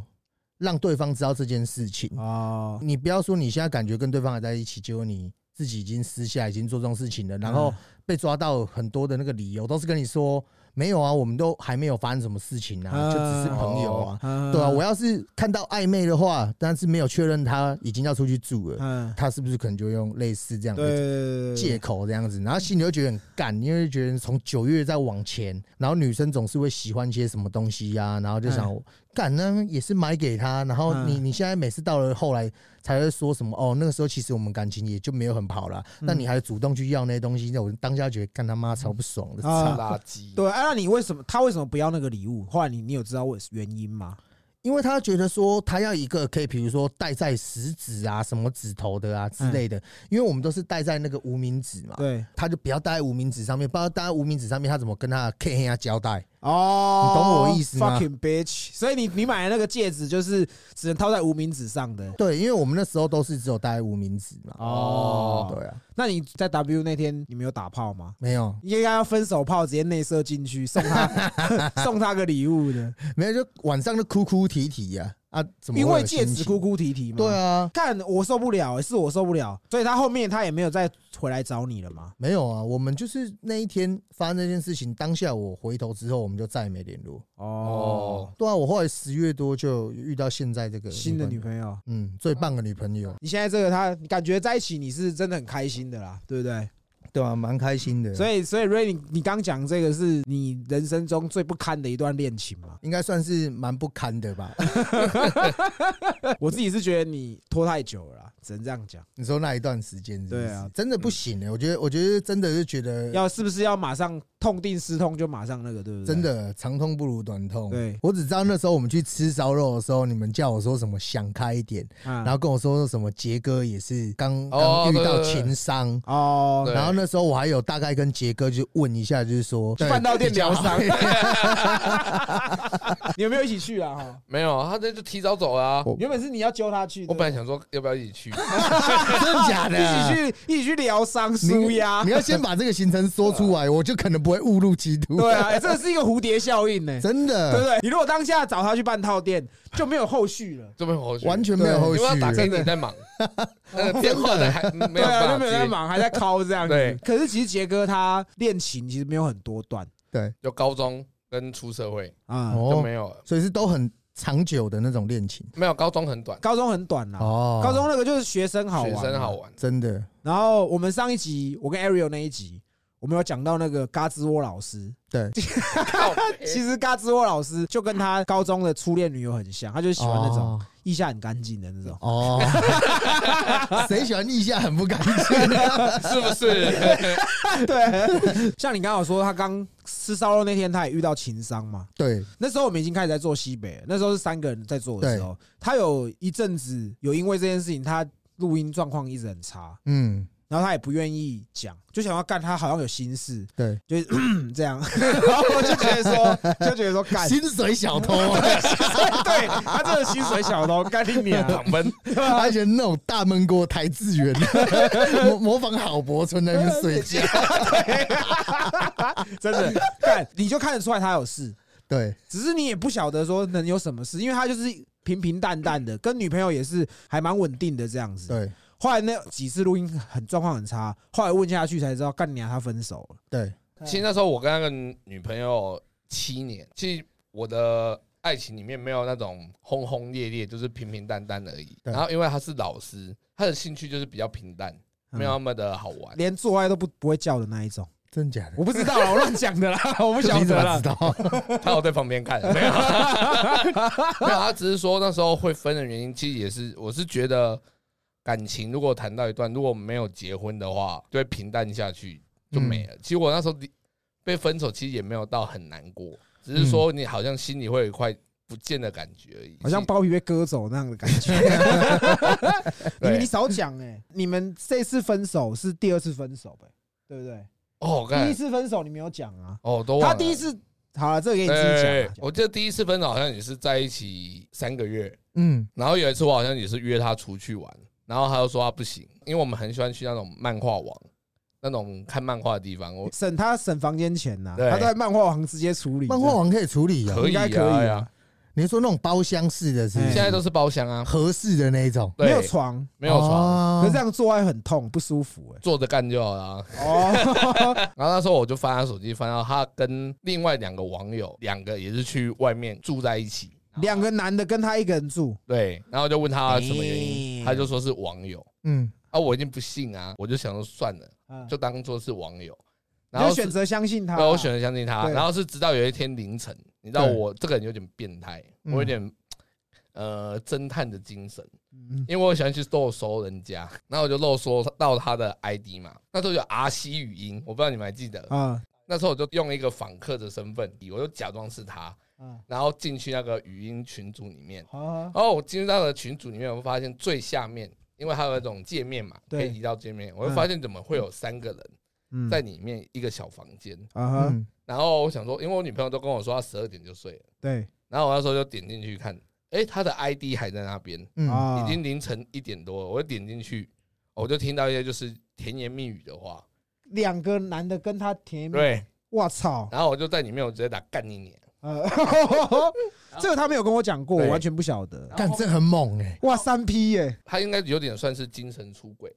S3: 让对方知道这件事情，
S1: 哦，
S3: 你不要说你现在感觉跟对方还在一起，结果你自己已经私下已经做这种事情了，然后被抓到很多的那个理由都是跟你说。没有啊，我们都还没有发生什么事情啊，
S1: 嗯
S3: 就只是朋友啊。
S1: 嗯
S3: 对啊，我要是看到暧昧的话，但是没有确认他已经要出去住了，
S1: 嗯，
S3: 他是不是可能就用类似这样
S1: 对对
S3: 的
S1: 对对
S3: 借
S1: 对，
S3: 口这样子，然后心里会觉得很干，因为觉得从九月再往前，然后女生总是会喜欢一些什么东西呀、然后就想干呢也是买给他，然后你
S1: 嗯
S3: 你现在每次到了后来才会说什么哦，那个时候其实我们感情也就没有很好啦，
S1: 嗯
S3: 那你还主动去要那些东西，那我当下觉得干他妈超不爽的，
S1: 啊
S2: 是垃圾。
S1: 对，哎、那你为什么他为什么不要那个礼物？后来你你有知道为原因吗？
S3: 因为他觉得说他要一个可以，比如说戴在食指啊、什么指头的啊之类的，因为我们都是戴在那个无名指嘛，
S1: 嗯对，
S3: 他就不要戴在无名指上面，不知道戴在无名指上面他怎么跟他的 K 啊交代。
S1: 哦，
S3: 你懂我意思吗
S1: ？Fucking bitch！所以你你买的那个戒指就是只能套在无名指上的。
S3: 对，因为我们那时候都是只有戴在无名指嘛。
S1: 哦
S3: 对啊，
S1: 那你在 W 那天你没有打炮吗？
S3: 没有，
S1: 应该要分手炮直接内射进去，送 他 送他个礼物的，
S3: 没有，就晚上就哭哭啼啼呀、啊，啊，怎么
S1: 因
S3: 会
S1: 为
S3: 有
S1: 戒
S3: 心
S1: 指
S3: 情
S1: 哭？哭啼啼嘛。
S3: 对，啊，
S1: 看我受不了、欸是我受不了，所以他后面他也没有再回来找你了嘛。
S3: 没有啊，我们就是那一天发生这件事情，当下我回头之后，我们就再也没联络。
S1: 哦，
S2: 哦，
S3: 对啊，我后来十月多就遇到现在这个
S1: 新的女
S3: 友，
S1: 朋友。
S3: 嗯，最棒的女朋友，
S1: 你现在这个他感觉在一起，你是真的很开心的啦，对不对？
S3: 对啊，蛮开心的。
S1: 所
S3: 以
S1: 以，所以瑞，你你刚讲这个是你人生中最不堪的一段恋情嘛？
S3: 应该算是蛮不堪的吧？
S1: 我自己是觉得你拖太久了啦，只能这样讲。
S3: 你说那一段时间，
S1: 对啊，
S3: 真的不行欸的、我觉得，我觉得真的是觉得
S1: 要是不是要马上痛定思痛就马上那个，对不对？
S3: 真，的长痛不如短痛。
S1: 对
S3: 我只知道那时候我们去吃烧肉的时候，你们叫我说什么想开一点，然
S1: 嗯、
S3: 后跟我说什么杰哥也是刚
S2: 哦
S3: 刚遇到
S2: 对对对
S3: 情伤。
S1: 哦，
S2: 对
S3: 然后那时候我还有大概跟杰哥就问一下，就是说
S1: 去饭道店疗伤
S3: 对比较好
S1: 你有没有一起去啊？哈，
S2: 没有，他这就提早走了啊。
S3: 我
S1: 原本是你要揪他去，
S2: 我本来
S1: 对
S2: 想说要不要一起 去，
S3: 真的假
S1: 不
S3: 的？
S1: 对一起去一起去疗伤舒压
S3: 啊你，要先把这个行程说出来，我就可能不会误入歧途。
S1: 对啊，欸这是一个蝴蝶效应呢、
S3: 真
S1: 对不
S3: 的
S1: 对？你如果当下找他去办套店，就没有后续了。
S2: 这边我去
S3: 完全没有后
S2: 因
S3: 续
S2: 为，他打给
S3: 真
S2: 你
S3: 的
S2: 在 忙，那个电话的还没
S1: 对
S2: 有
S1: 啊，
S2: 办
S1: 就没有
S2: 法
S1: 在
S2: 接，
S1: 忙，还在敲这样
S2: 对
S1: 子。可是其实杰哥他恋情其实没有很多段
S3: 对
S2: 就高中跟出社会
S1: 啊，
S2: 就
S3: 哦
S2: 没，有了，
S3: 所以是都很长久的那种恋情
S2: 没有高中很短，
S1: 高中很短啦。
S3: 哦。
S1: 啊高中那个就是学生好玩，
S3: 啊
S2: 学生好。 玩，
S3: 真的
S1: 然后我们上一集，我跟 Ariel 那一集，我们有讲到那个嘎吱窝老师。
S3: 对，
S2: 靠北
S1: 其实嘎吱窝老师就跟他高中的初恋女友很像，他就是喜欢那种
S3: 哦
S1: 腋下很干净的那种。
S3: 哦，谁喜欢腋下很不干净 啊？
S2: 是不是？
S1: 对， 像你刚刚有说，他刚吃烧肉那天，他也遇到情伤嘛。
S3: 对，
S1: 那时候我们已经开始在做西北了，那时候是三个人在做的时候，他有一阵子有因为这件事情，他录音状况一直很差，
S3: 嗯，
S1: 然后他也不愿意讲，就想要干他好像有心事，
S3: 对，
S1: 就是 这样， 然后我就觉得说，就觉得 说干。
S3: 薪水小偷啊，
S1: 对他这个薪水小偷，干你娘！
S2: 两分，
S3: 而且那种大闷锅台志远， 模模仿郝柏村在那边睡觉，
S1: 真的干，你就看得出来他有事，
S3: 对，
S1: 只是你也不晓得说能有什么事，因为他就是平平淡淡 的，跟女朋友也是还蛮稳定的这样子。
S3: 对，
S1: 后来那几次录音很状况很差，后来问下去才知道，干娘他分手了。
S3: 对，
S2: 其实那时候我跟那个女朋友七年，其实我的爱情里面没有那种轰轰烈烈，就是平平淡淡而已。
S3: 对
S2: 然后因为她是老师，她的兴趣就是比较平淡，
S1: 嗯
S2: 没有那么的好
S3: 啊
S2: 玩。
S1: 连做爱都不不会叫的那一 种，
S3: 真假的？
S1: 我不知道啦，我乱讲 的啦，我不晓
S3: 你怎
S1: 得
S3: 么
S1: 啦
S3: 知。道？
S2: 她有在旁边看，没有？ 没有，她只是说那时候会分的原因，其实也是我是觉得感情如果谈到一段，如果没有结婚的话，就会平淡下去就没了。
S1: 嗯
S2: 其实我那时候被分手，其实也没有到很难
S1: 嗯
S2: 过，只是说你好像心里会有一块。不见的感觉而已，
S1: 好像包皮被割走那样的感觉。 你
S2: 对
S1: 你少讲哎、你们这次分手是第二次分手呗，对不对？
S2: 哦，我
S1: 第一
S2: 看
S1: 次分手你没有讲啊，
S2: 哦，都忘
S1: 他
S2: 了
S1: 第一次好了，这个给你自己
S2: 对
S1: 讲啊。
S2: 我记得第一次分手好像也是在一起三个月，
S3: 嗯，
S2: 然后有一次我好像也是约他出去玩，然后他又说他不行，因为我们很喜欢去那种漫画网，那种看漫画的地方，我
S1: 省他省房间钱呐、
S2: 对
S1: 他在漫画王直接处理。
S3: 漫画王可以处理啊
S2: 可，
S1: 应
S2: 以
S1: 该
S2: 啊
S1: 可以啊
S2: 呀，
S3: 你是说那种包厢式的是不 是？
S2: 嗯现在都是包厢啊，
S3: 合适的那一种，哦
S1: 没
S2: 对嗯
S1: 有哦床，
S2: 没有床，
S1: 可
S3: 床
S1: 是这样做爱很痛，不舒服
S2: 坐着干就好了。
S1: 哎。哦，
S2: 然后那时候我就翻他手机，翻到他跟另外两个网友，两个也是去外面住在一起。
S1: 两个男的跟他一个人住，
S2: 对，然后就问他什么原因，
S1: 哎
S2: 他就说是网友
S3: 嗯，
S2: 啊，我一定不信啊，我就想说算了，
S1: 嗯
S2: 就当做是网友。
S1: 你
S2: 然后
S1: 就是选择相信他。
S2: 对，我选择相信他。
S1: 啊对
S2: 然后是直到有一天凌晨，你知道
S3: 对
S2: 我这个人有点变态，我
S3: 嗯
S2: 有点呃侦探的精神，
S1: 嗯，
S2: 因为我喜欢去漏搜人家，然后我就漏搜到他的 ID 嘛。那时候有 R C 语音，我不知道你们还记得。
S1: 啊
S2: 那时候我就用一个访客的身份，我就假装是他，
S1: 啊，
S2: 然后进去那个语音群组里面。
S1: 好好，
S2: 然后我进入到了群组里面，我发现最下面，因为它有那种界面嘛，可
S1: 对
S2: 以移到界面，我就发现怎么会有三个人
S1: 嗯
S2: 在里面一个小房间。
S1: 啊哈，
S3: 嗯
S2: 然后我想说，因为我女朋友都跟我说她十二点就睡了，
S1: 对
S2: 然后我那时候就点进去看，诶，她的 ID 还在那边，
S3: 嗯
S1: 啊，
S2: 已经凌晨一点多了，我就点进去，我就听到一些就是甜言蜜语的话，
S1: 两个男的跟他甜蜜，
S2: 对，啊
S1: 我操，
S2: 然后我就在里面我直接打干你娘，
S1: 呃， 这个他没有跟我讲过，
S2: 对
S1: 我完全不晓得。
S3: 干这很猛哎，
S1: 哇，三 P 耶！
S2: 她应该有点算是精神出轨，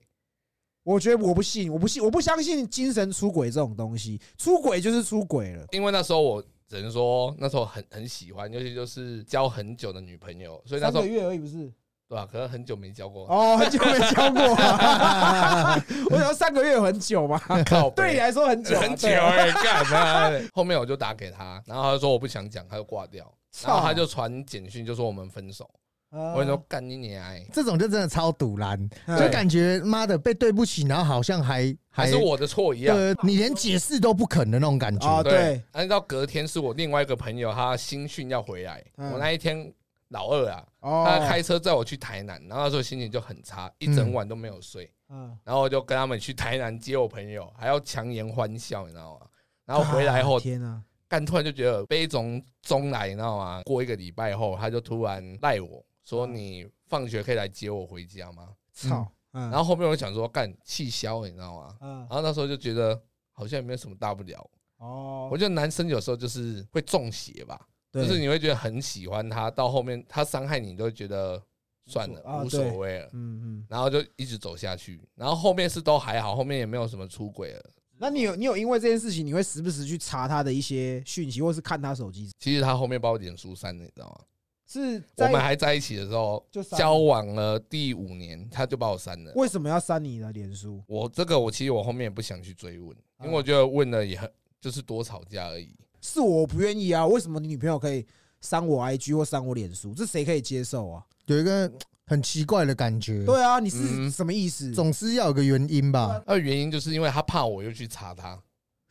S1: 我觉得我不信，我不信，我不相信精神出轨这种东西，出轨就是出轨了。
S2: 因为那时候我只能说那时候很很喜欢，尤其就是交很久的女朋友，所以那
S1: 三
S2: 时候
S1: 个月而已，不是？
S2: 对吧、可能很久没交过，
S1: 哦，很久没交 过、啊，我想说三个月有很久嘛，
S2: 靠
S1: 对你
S2: 呀。
S1: 来说很久啊、
S2: 很久
S1: 对啊
S2: 哎、干嘛的？后面我就打给他，然后他就说我不想讲，他就挂掉。然后他就传简讯就说我们分手，
S1: 啊
S2: 我跟你说干你娘哎、
S3: 这种就真的超堵拦，
S1: 嗯
S3: 就感觉妈的被对不起，然后好像还
S2: 还是我的错一样。
S3: 呃，你连解释都不肯的那种感
S1: 啊
S3: 觉。
S1: 对，
S2: 按照隔天是我另外一个朋友，他新训要回来，
S1: 嗯
S2: 我那一天老二啊，他
S1: 哦，
S2: 开车载我去台南，然后那时候心情就很差，一整晚都没有睡，
S1: 嗯，
S2: 然后我就跟他们去台南接我朋友，还要强颜欢笑，你知道吗？然后回来后
S1: 啊，天啊，
S2: 干突然就觉得悲从中来，你知道吗？过一个礼拜后，他就突然赖我说：“
S1: 嗯
S2: 你放学可以来接我回家吗
S1: 操，？”嗯，
S2: 然后后面我就想说干气消，你知道吗？
S1: 嗯
S2: 然，后那时候就觉得好像也没有什么大不了。
S1: 哦
S2: 我，觉得男生有时候就是会中邪吧，就
S1: 对
S2: 是你会觉得很喜欢他，到后面他伤害你，你都会觉得算
S1: 无所啊
S2: 了，无所
S1: 对
S2: 谓了，
S1: 嗯嗯，
S2: 然后就一直走下去。然后后面是都还好，后面也没有什么出轨了。
S1: 那你有你有因为这件事情，你会时不时去查他的一些讯息，或是看他手机，
S2: 其实他后面把我脸书删了，你知道吗？
S1: 是
S2: 我
S1: 在
S2: 们还在一起的时候
S1: 就删了
S2: 交往了第五年，他就把我删了。
S1: 为什么要删你的脸书？
S2: 我这个我其实我后面也不想去追问，因为
S1: 啊
S2: 我觉得问了也很就是多吵架而已。
S1: 是我不愿意啊，为什么你女朋友可以删我 IG 或删我脸书？这谁可以接受啊？
S3: 有一个很奇怪的感觉，
S1: 对啊，你
S2: 嗯
S1: 是什么意思？
S3: 总是要有个原因吧。
S2: 那原因就是因为他怕我又去查他，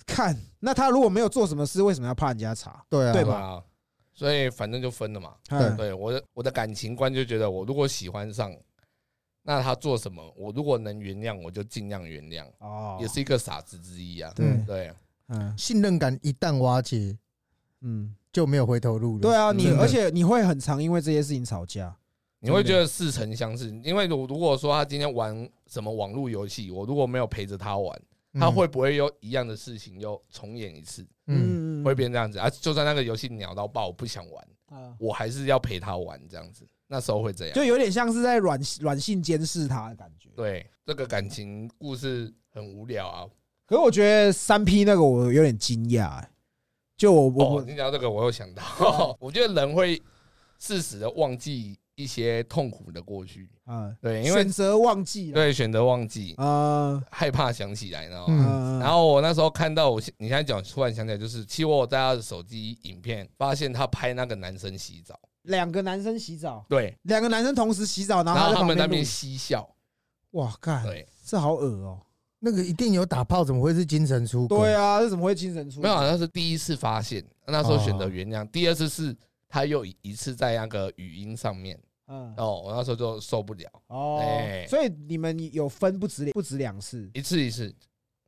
S1: 看，那他如果没有做什么事，为什么要怕人家查？
S3: 对啊，
S1: 对吧
S2: 吧？所以反正就分了嘛。
S1: 嗯
S2: 对我的我的感情观就觉得，我如果喜欢上，那他做什么，我如果能原谅，我就尽量原谅，
S1: 哦
S2: 也是一个傻子之一啊。
S1: 对
S3: 嗯，
S2: 对，
S1: 嗯
S3: 信任感一旦瓦解，
S1: 嗯，
S3: 就没有回头路了。
S1: 对啊，你
S3: 真的
S1: 而且你会很常因为这些事情吵架。
S2: 你会觉得似曾相识，因为我如果说他今天玩什么网络游戏，我如果没有陪着他玩，
S1: 嗯
S2: 他会不会又一样的事情又重演一次，
S3: 嗯，
S1: 嗯
S2: 会变这样子啊？就算那个游戏鸟到爆，我不想玩，
S1: 啊，
S2: 我还是要陪他玩这样子。那时候会这样，
S1: 就有点像是在软软性监视他的感觉。
S2: 对这个感情故事很无聊啊。
S1: 可是我觉得三 P 那个我有点惊讶、欸，就我我哦
S2: 哦
S1: 我，
S2: 你讲到这个，我又想到， 我觉得人会适时的忘记一些痛苦的过去，
S1: 啊，
S2: 对，因为
S1: 选择忘记了
S2: 对选择忘记，
S1: 啊，
S2: 害怕想起来，然后。
S3: 嗯
S2: 然后我那时候看到我现，你现在讲，突然想起来，就是其实我有在他的手机影片发现他拍那个男生洗澡，
S1: 两个男生洗澡，
S2: 对，
S1: 两个男生同时洗澡，然
S2: 然
S1: 后
S2: 后
S1: 啊在
S2: 他
S1: 旁
S2: 们那
S1: 边
S2: 边
S1: 录，啊
S2: 嬉笑，
S1: 哇，看
S2: 对，
S1: 这好恶哦。
S3: 那个一定有打炮，怎么会是精神出轨？
S1: 对啊，这怎么会精神出
S2: 没有，那是第一次发现，那时候选
S1: 哦
S2: 择原谅，第二次是他又一次在那个语音上面，
S1: 嗯
S2: 哦，我那时候就受不了，
S1: 哦
S2: 哎，
S1: 所以你们有分不止不止两次，
S2: 一次一次，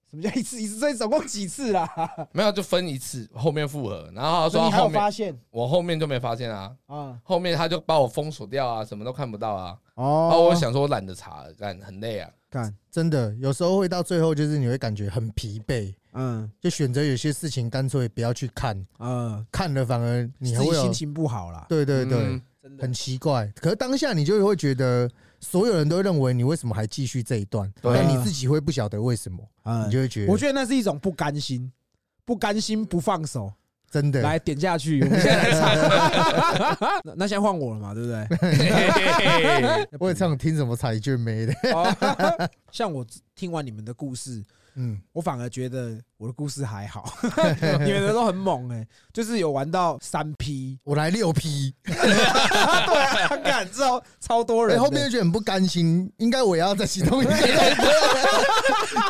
S1: 什么叫一次一次？所以总共几次啦？
S2: 没有就分一次，后面复合。然后他
S1: 所以
S2: 说
S1: 你
S2: 他
S1: 还有
S2: 后面
S1: 发现
S2: 我后面就没发现啊，
S1: 啊？
S2: 后面他就把我封锁掉啊，什么都看不到啊。然后
S1: 哦
S2: 我想说我懒得查，懒很累啊。
S1: 干，
S3: 真的有时候会到最后，就是你会感觉很疲惫，
S1: 嗯
S3: 就选择有些事情干脆不要去看，
S1: 呃，
S3: 看了反而你
S1: 自
S3: 还
S1: 己
S3: 会有
S1: 心情不好啦，
S3: 对对对，
S2: 嗯
S1: 真的
S3: 很奇怪。可是当下你就会觉得，所有人都认为你为什么还继续这一段，
S2: 对
S3: 但你自己会不晓得为什么，
S1: 啊嗯
S3: 你就会觉得，
S1: 我觉得那是一种不甘心，不甘心不放手，
S3: 真的
S1: 来点下去。我们现在来唱， 那那现在换我了嘛，对不对？
S2: 嘿嘿
S3: 我也常听什么彩券没的，
S1: 哦像我听完你们的故事，
S3: 嗯，
S1: 我反而觉得我的故事还好， 你们的都很猛哎、就是有玩到三 P，
S3: 我来六批，
S1: 对啊，感知道超多人
S3: 哎，
S1: 的，
S3: 后面就觉得很不甘心，应该我也要再启 动一个。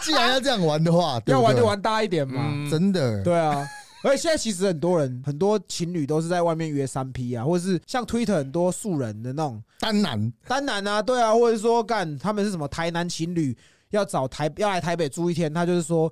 S3: 既然要这样玩的话，对
S1: 要
S3: 不对
S1: 玩就，玩大一点嘛，
S2: 嗯，
S3: 真的，
S1: 对啊。而且现在其实很多人，很多情侣都是在外面约三 P 啊，或者是像 Twitter 很多素人的那种
S3: 单男
S1: 当然啊，对啊，或者说干他们是什么台南情侣要找台要来台北住一天，他就是说，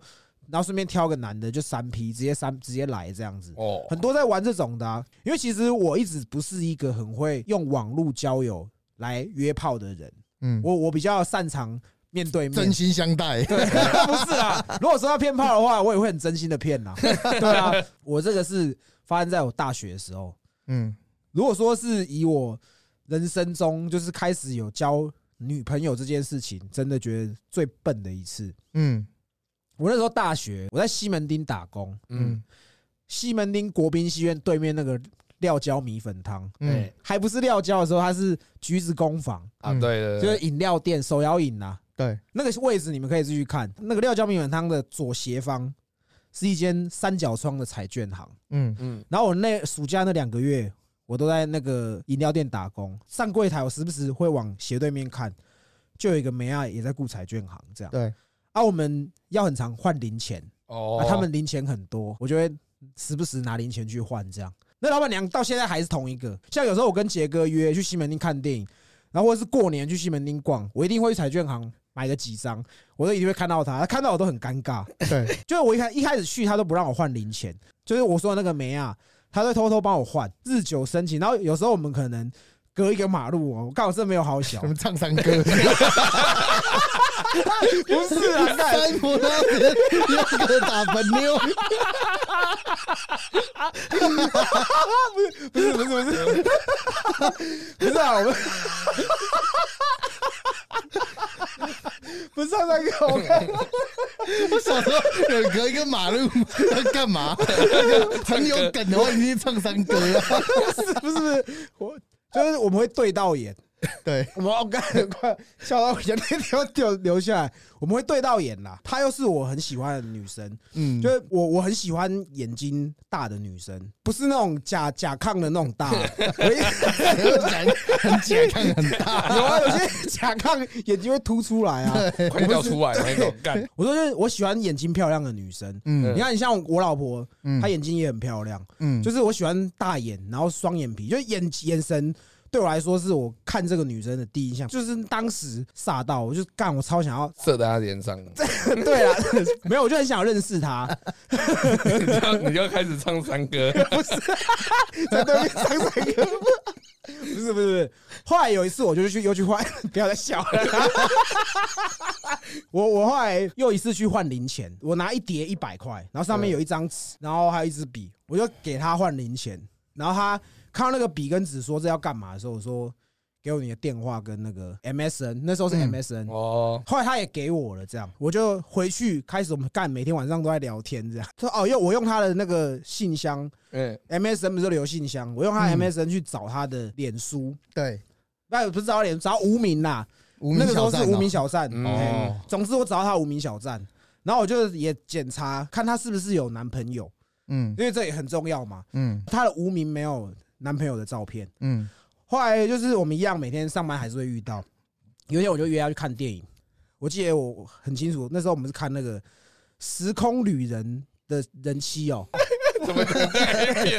S1: 然后顺便挑个男的就三批，直接三直接来这样子。
S2: 哦，
S1: 很多在玩这种的、啊，因为其实我一直不是一个很会用网络交友来约炮的人，
S3: 嗯，
S1: 我我比较擅长面对面
S3: 真。心相待，
S1: 对， 不是啊。如果说要骗炮的话，我也会很真心的骗 呐。对啊，我这个是发生在我大学的时候，
S3: 嗯，
S1: 如果说是以我人生中就是开始有交女朋友这件事情，真的觉得最笨的一次。
S3: 嗯
S1: 我那时候大学，我在西门町打工，
S2: 嗯
S3: 嗯
S1: 西门町国宾戏院对面那个料椒米粉汤，
S3: 嗯
S2: 对
S1: 还不是料椒的时候，它是橘子工坊，
S2: 啊，
S3: 嗯
S2: 对对
S1: 就
S2: 对
S1: 是，饮料店手摇饮啊呐。
S3: 对，
S1: 那个位置你们可以自己去看，那个料椒米粉汤的左斜方是一间三角窗的彩券行。
S3: 嗯
S2: 嗯
S1: 然后我那暑假那两个月，我都在那个饮料店打工，上柜台，我时不时会往斜对面看，就有一个梅亚也在顾彩券行这样。
S3: 对，
S1: 啊，我们要很常换零钱，
S2: 哦
S1: 啊，，他们零钱很多，我就会时不时拿零钱去换这样。那老板娘到现在还是同一个，像有时候我跟杰哥约去西门町看电影，然后或者是过年去西门町逛，我一定会去彩券行买个几张，我都一定会看到他，他看到我都很尴 尬。
S3: 对，
S1: 就是我一开一开始去，他都不让我换零钱，就是我说的那个梅啊，他都偷偷帮我换，日久生情。然后有时候我们可能隔一个马路哦，我刚好真的没有好小
S3: 什，么唱山歌，
S1: 不是啊，干
S3: 三伯拉要哥打粉妞，
S1: 不是不是不是，不是啊，我们 不是唱山歌，我看
S3: 我小时候有隔一个马路要干嘛？很有梗的话，一定唱山歌啊，
S1: 不是 不是不是，我就是我们会对到眼，
S3: 对，
S1: 我们我刚才快笑到眼泪都要掉流下来，我们会对到眼啦。她又是我很喜欢的女生，
S3: 嗯，
S1: 就是我我很喜欢眼睛大的女生，不是那种假假抗的那种 大，我一
S3: 讲很解看很大，
S1: 有啊，有些假抗眼睛会凸出来啊。
S2: 快掉出来 那种干，
S1: 我说就是我喜欢眼睛漂亮的女生。你
S3: 嗯
S1: 看，你像我老婆，
S3: 嗯
S1: 她眼睛也很漂亮，
S3: 嗯
S1: 就是我喜欢大眼，然后双眼皮，就是眼眼神对我来说是我看这个女生的第一印象，就是当时煞到，我就干，我超想要，
S2: 射在他脸上，
S1: 对啊，没有，我就很想认识她，
S2: 你就你就开始唱山 歌，
S1: 不是，在对面唱山歌，不是不是不是。后来有一次，我就去又去换，不要再笑了。我我后来又一次去换零钱，我拿一叠一百块，然后上面有一张纸，然后还有一支笔，我就给他换零钱。然后他看到那个笔跟纸说这要干嘛的时候，我说给我你的电话跟那个 MSN，那时候是
S3: 嗯
S1: MSN，、
S2: 哦，
S1: 后来他也给我了，这样我就回去开始我们干，每天晚上都在聊天这样。说哦，用我用他的那个信箱
S2: 嗯，
S1: MSN 不是留信箱，我用他
S3: 嗯
S1: MSN 去找他的脸书，
S3: 对，
S1: 那不是找他脸，找无名啦，
S3: 无
S1: 那
S3: 名
S1: 个时
S3: 小
S1: 候是
S3: 站
S1: 无
S3: 哦
S1: 名，小站。
S2: 嗯
S1: 嘿
S2: 哦
S1: 总之我找到他无名小站，然后我就也检查看他是不是有男朋友，
S3: 嗯
S1: 因为这也很重要嘛。
S3: 嗯
S1: 他的无名没有男朋友的照片。
S3: 嗯
S1: 后来就是我们一样，每天上班还是会遇到。有一天我就约他去看电影，我记得我很清楚，那时候我们是看那个《时空旅人》的 人妻哦，
S2: 怎么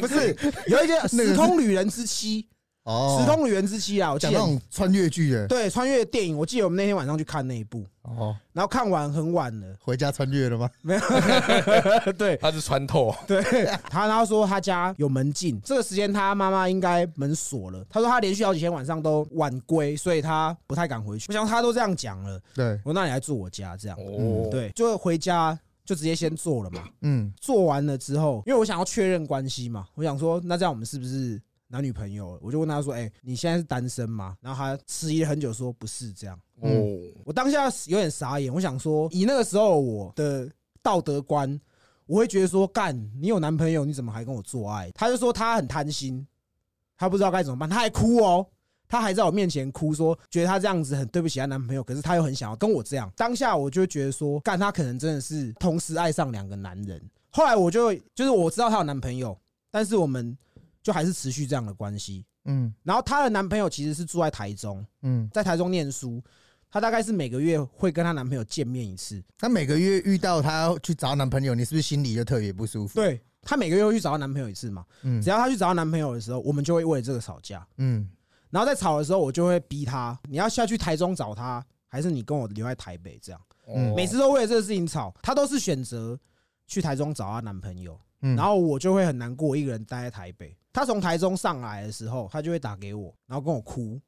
S1: 不是有一个《
S3: 那
S1: 时
S3: 个是
S1: 空旅人之妻》，
S3: 哦
S1: 时空旅人之妻》啊，我记
S3: 讲那
S1: 得
S3: 种穿越剧的
S1: 对穿越电影，我记得我们那天晚上去看那一部，
S3: 哦，
S1: 然后看完很晚了，
S3: 回家穿越了吗？
S1: 没有，对
S2: 他是穿透，
S1: 对，他他说他家有门禁，这个时间他妈妈应该门锁了，他说他连续好几天晚上都晚归，所以他不太敢回去。我想他都这样讲了，
S3: 对，
S1: 我说那你来住我家这样，
S2: 哦，
S1: 嗯对，就回家就直接先做了嘛。
S3: 嗯，
S1: 做完了之后，因为我想要确认关系嘛，我想说，那这样我们是不是男女朋友了？我就问他说：“哎、你现在是单身吗？”然后他迟疑了很久，说：“不是这样。”
S2: 哦，
S1: 我当下有点傻眼，我想说，以那个时候我的道德观，我会觉得说：“干，你有男朋友，你怎么还跟我做爱？”他就说他很贪心，他不知道该怎么办，他还哭哦。他还在我面前哭说，觉得他这样子很对不起她男朋友，可是他又很想要跟我这样。当下我就觉得说，干他可能真的是同时爱上两个男人。后来我就就是我知道她有男朋友，但是我们就还是持续这样的关系。
S3: 嗯
S1: 然后她的男朋友其实是住在台中，
S3: 嗯，
S1: 在台中念书，她大概是每个月会跟她男朋友见面一次。
S3: 她每个月遇到她去找男朋友，你是不是心里就特别不舒服？，
S1: 对，她每个月会去找她男朋友一次嘛。
S3: 嗯
S1: 只要她去找她男朋友的时候，我们就会为了这个吵架。
S3: 嗯
S1: 然后在吵的时候，我就会逼她，你要下去台中找她，还是你跟我留在台北？这样
S2: 哦
S1: 嗯每次都为了这个事情吵，她都是选择去台中找她男朋友。
S3: 嗯，
S1: 然后我就会很难过，一个人待在台北。他从台中上来的时候，他就会打给我，然后跟我哭，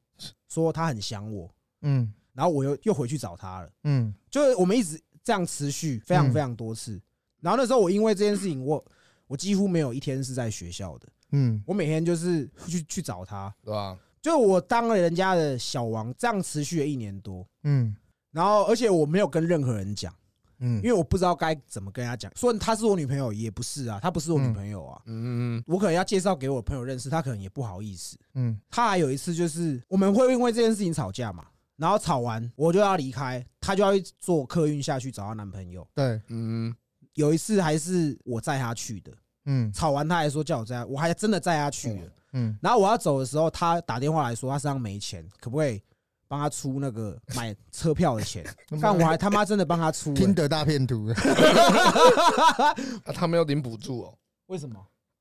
S1: 说他很想我，
S3: 嗯
S1: 然后我又又回去找他了，
S3: 嗯
S1: 就是我们一直这样持续非常
S3: 嗯
S1: 非常多次。然后那时候我因为这件事情，我我几乎没有一天是在学校的，
S3: 嗯
S1: 我每天就是去去找他，
S2: 对吧？
S1: 就我当了人家的小王，这样持续了一年多。
S3: 嗯
S1: 然后，而且我没有跟任何人讲，因
S3: 嗯，
S1: 为我不知道该怎么跟他讲。说她是我女朋友也不是啊，她不是我女朋友啊。
S2: 嗯，
S1: 我可能要介绍给我朋友认识，他可能也不好意思。
S3: 嗯
S1: 他还有一次就是我们会因为这件事情吵架嘛，然后吵完我就要离开，他就要去坐客运下去找她男朋友。
S3: 对，
S2: 嗯，
S1: 有一次还是我载她去的，
S3: 嗯
S1: 吵完他还说叫我载她，我还真的载她去了。
S3: 嗯
S1: 然后我要走的时候，他打电话来说他身上没钱，可不可以帮他出那个买车票的钱？但我还他妈真的帮他出、
S3: 听
S1: 欸，
S3: 得大片图，
S2: 啊他没有领补助哦，
S1: 为什么？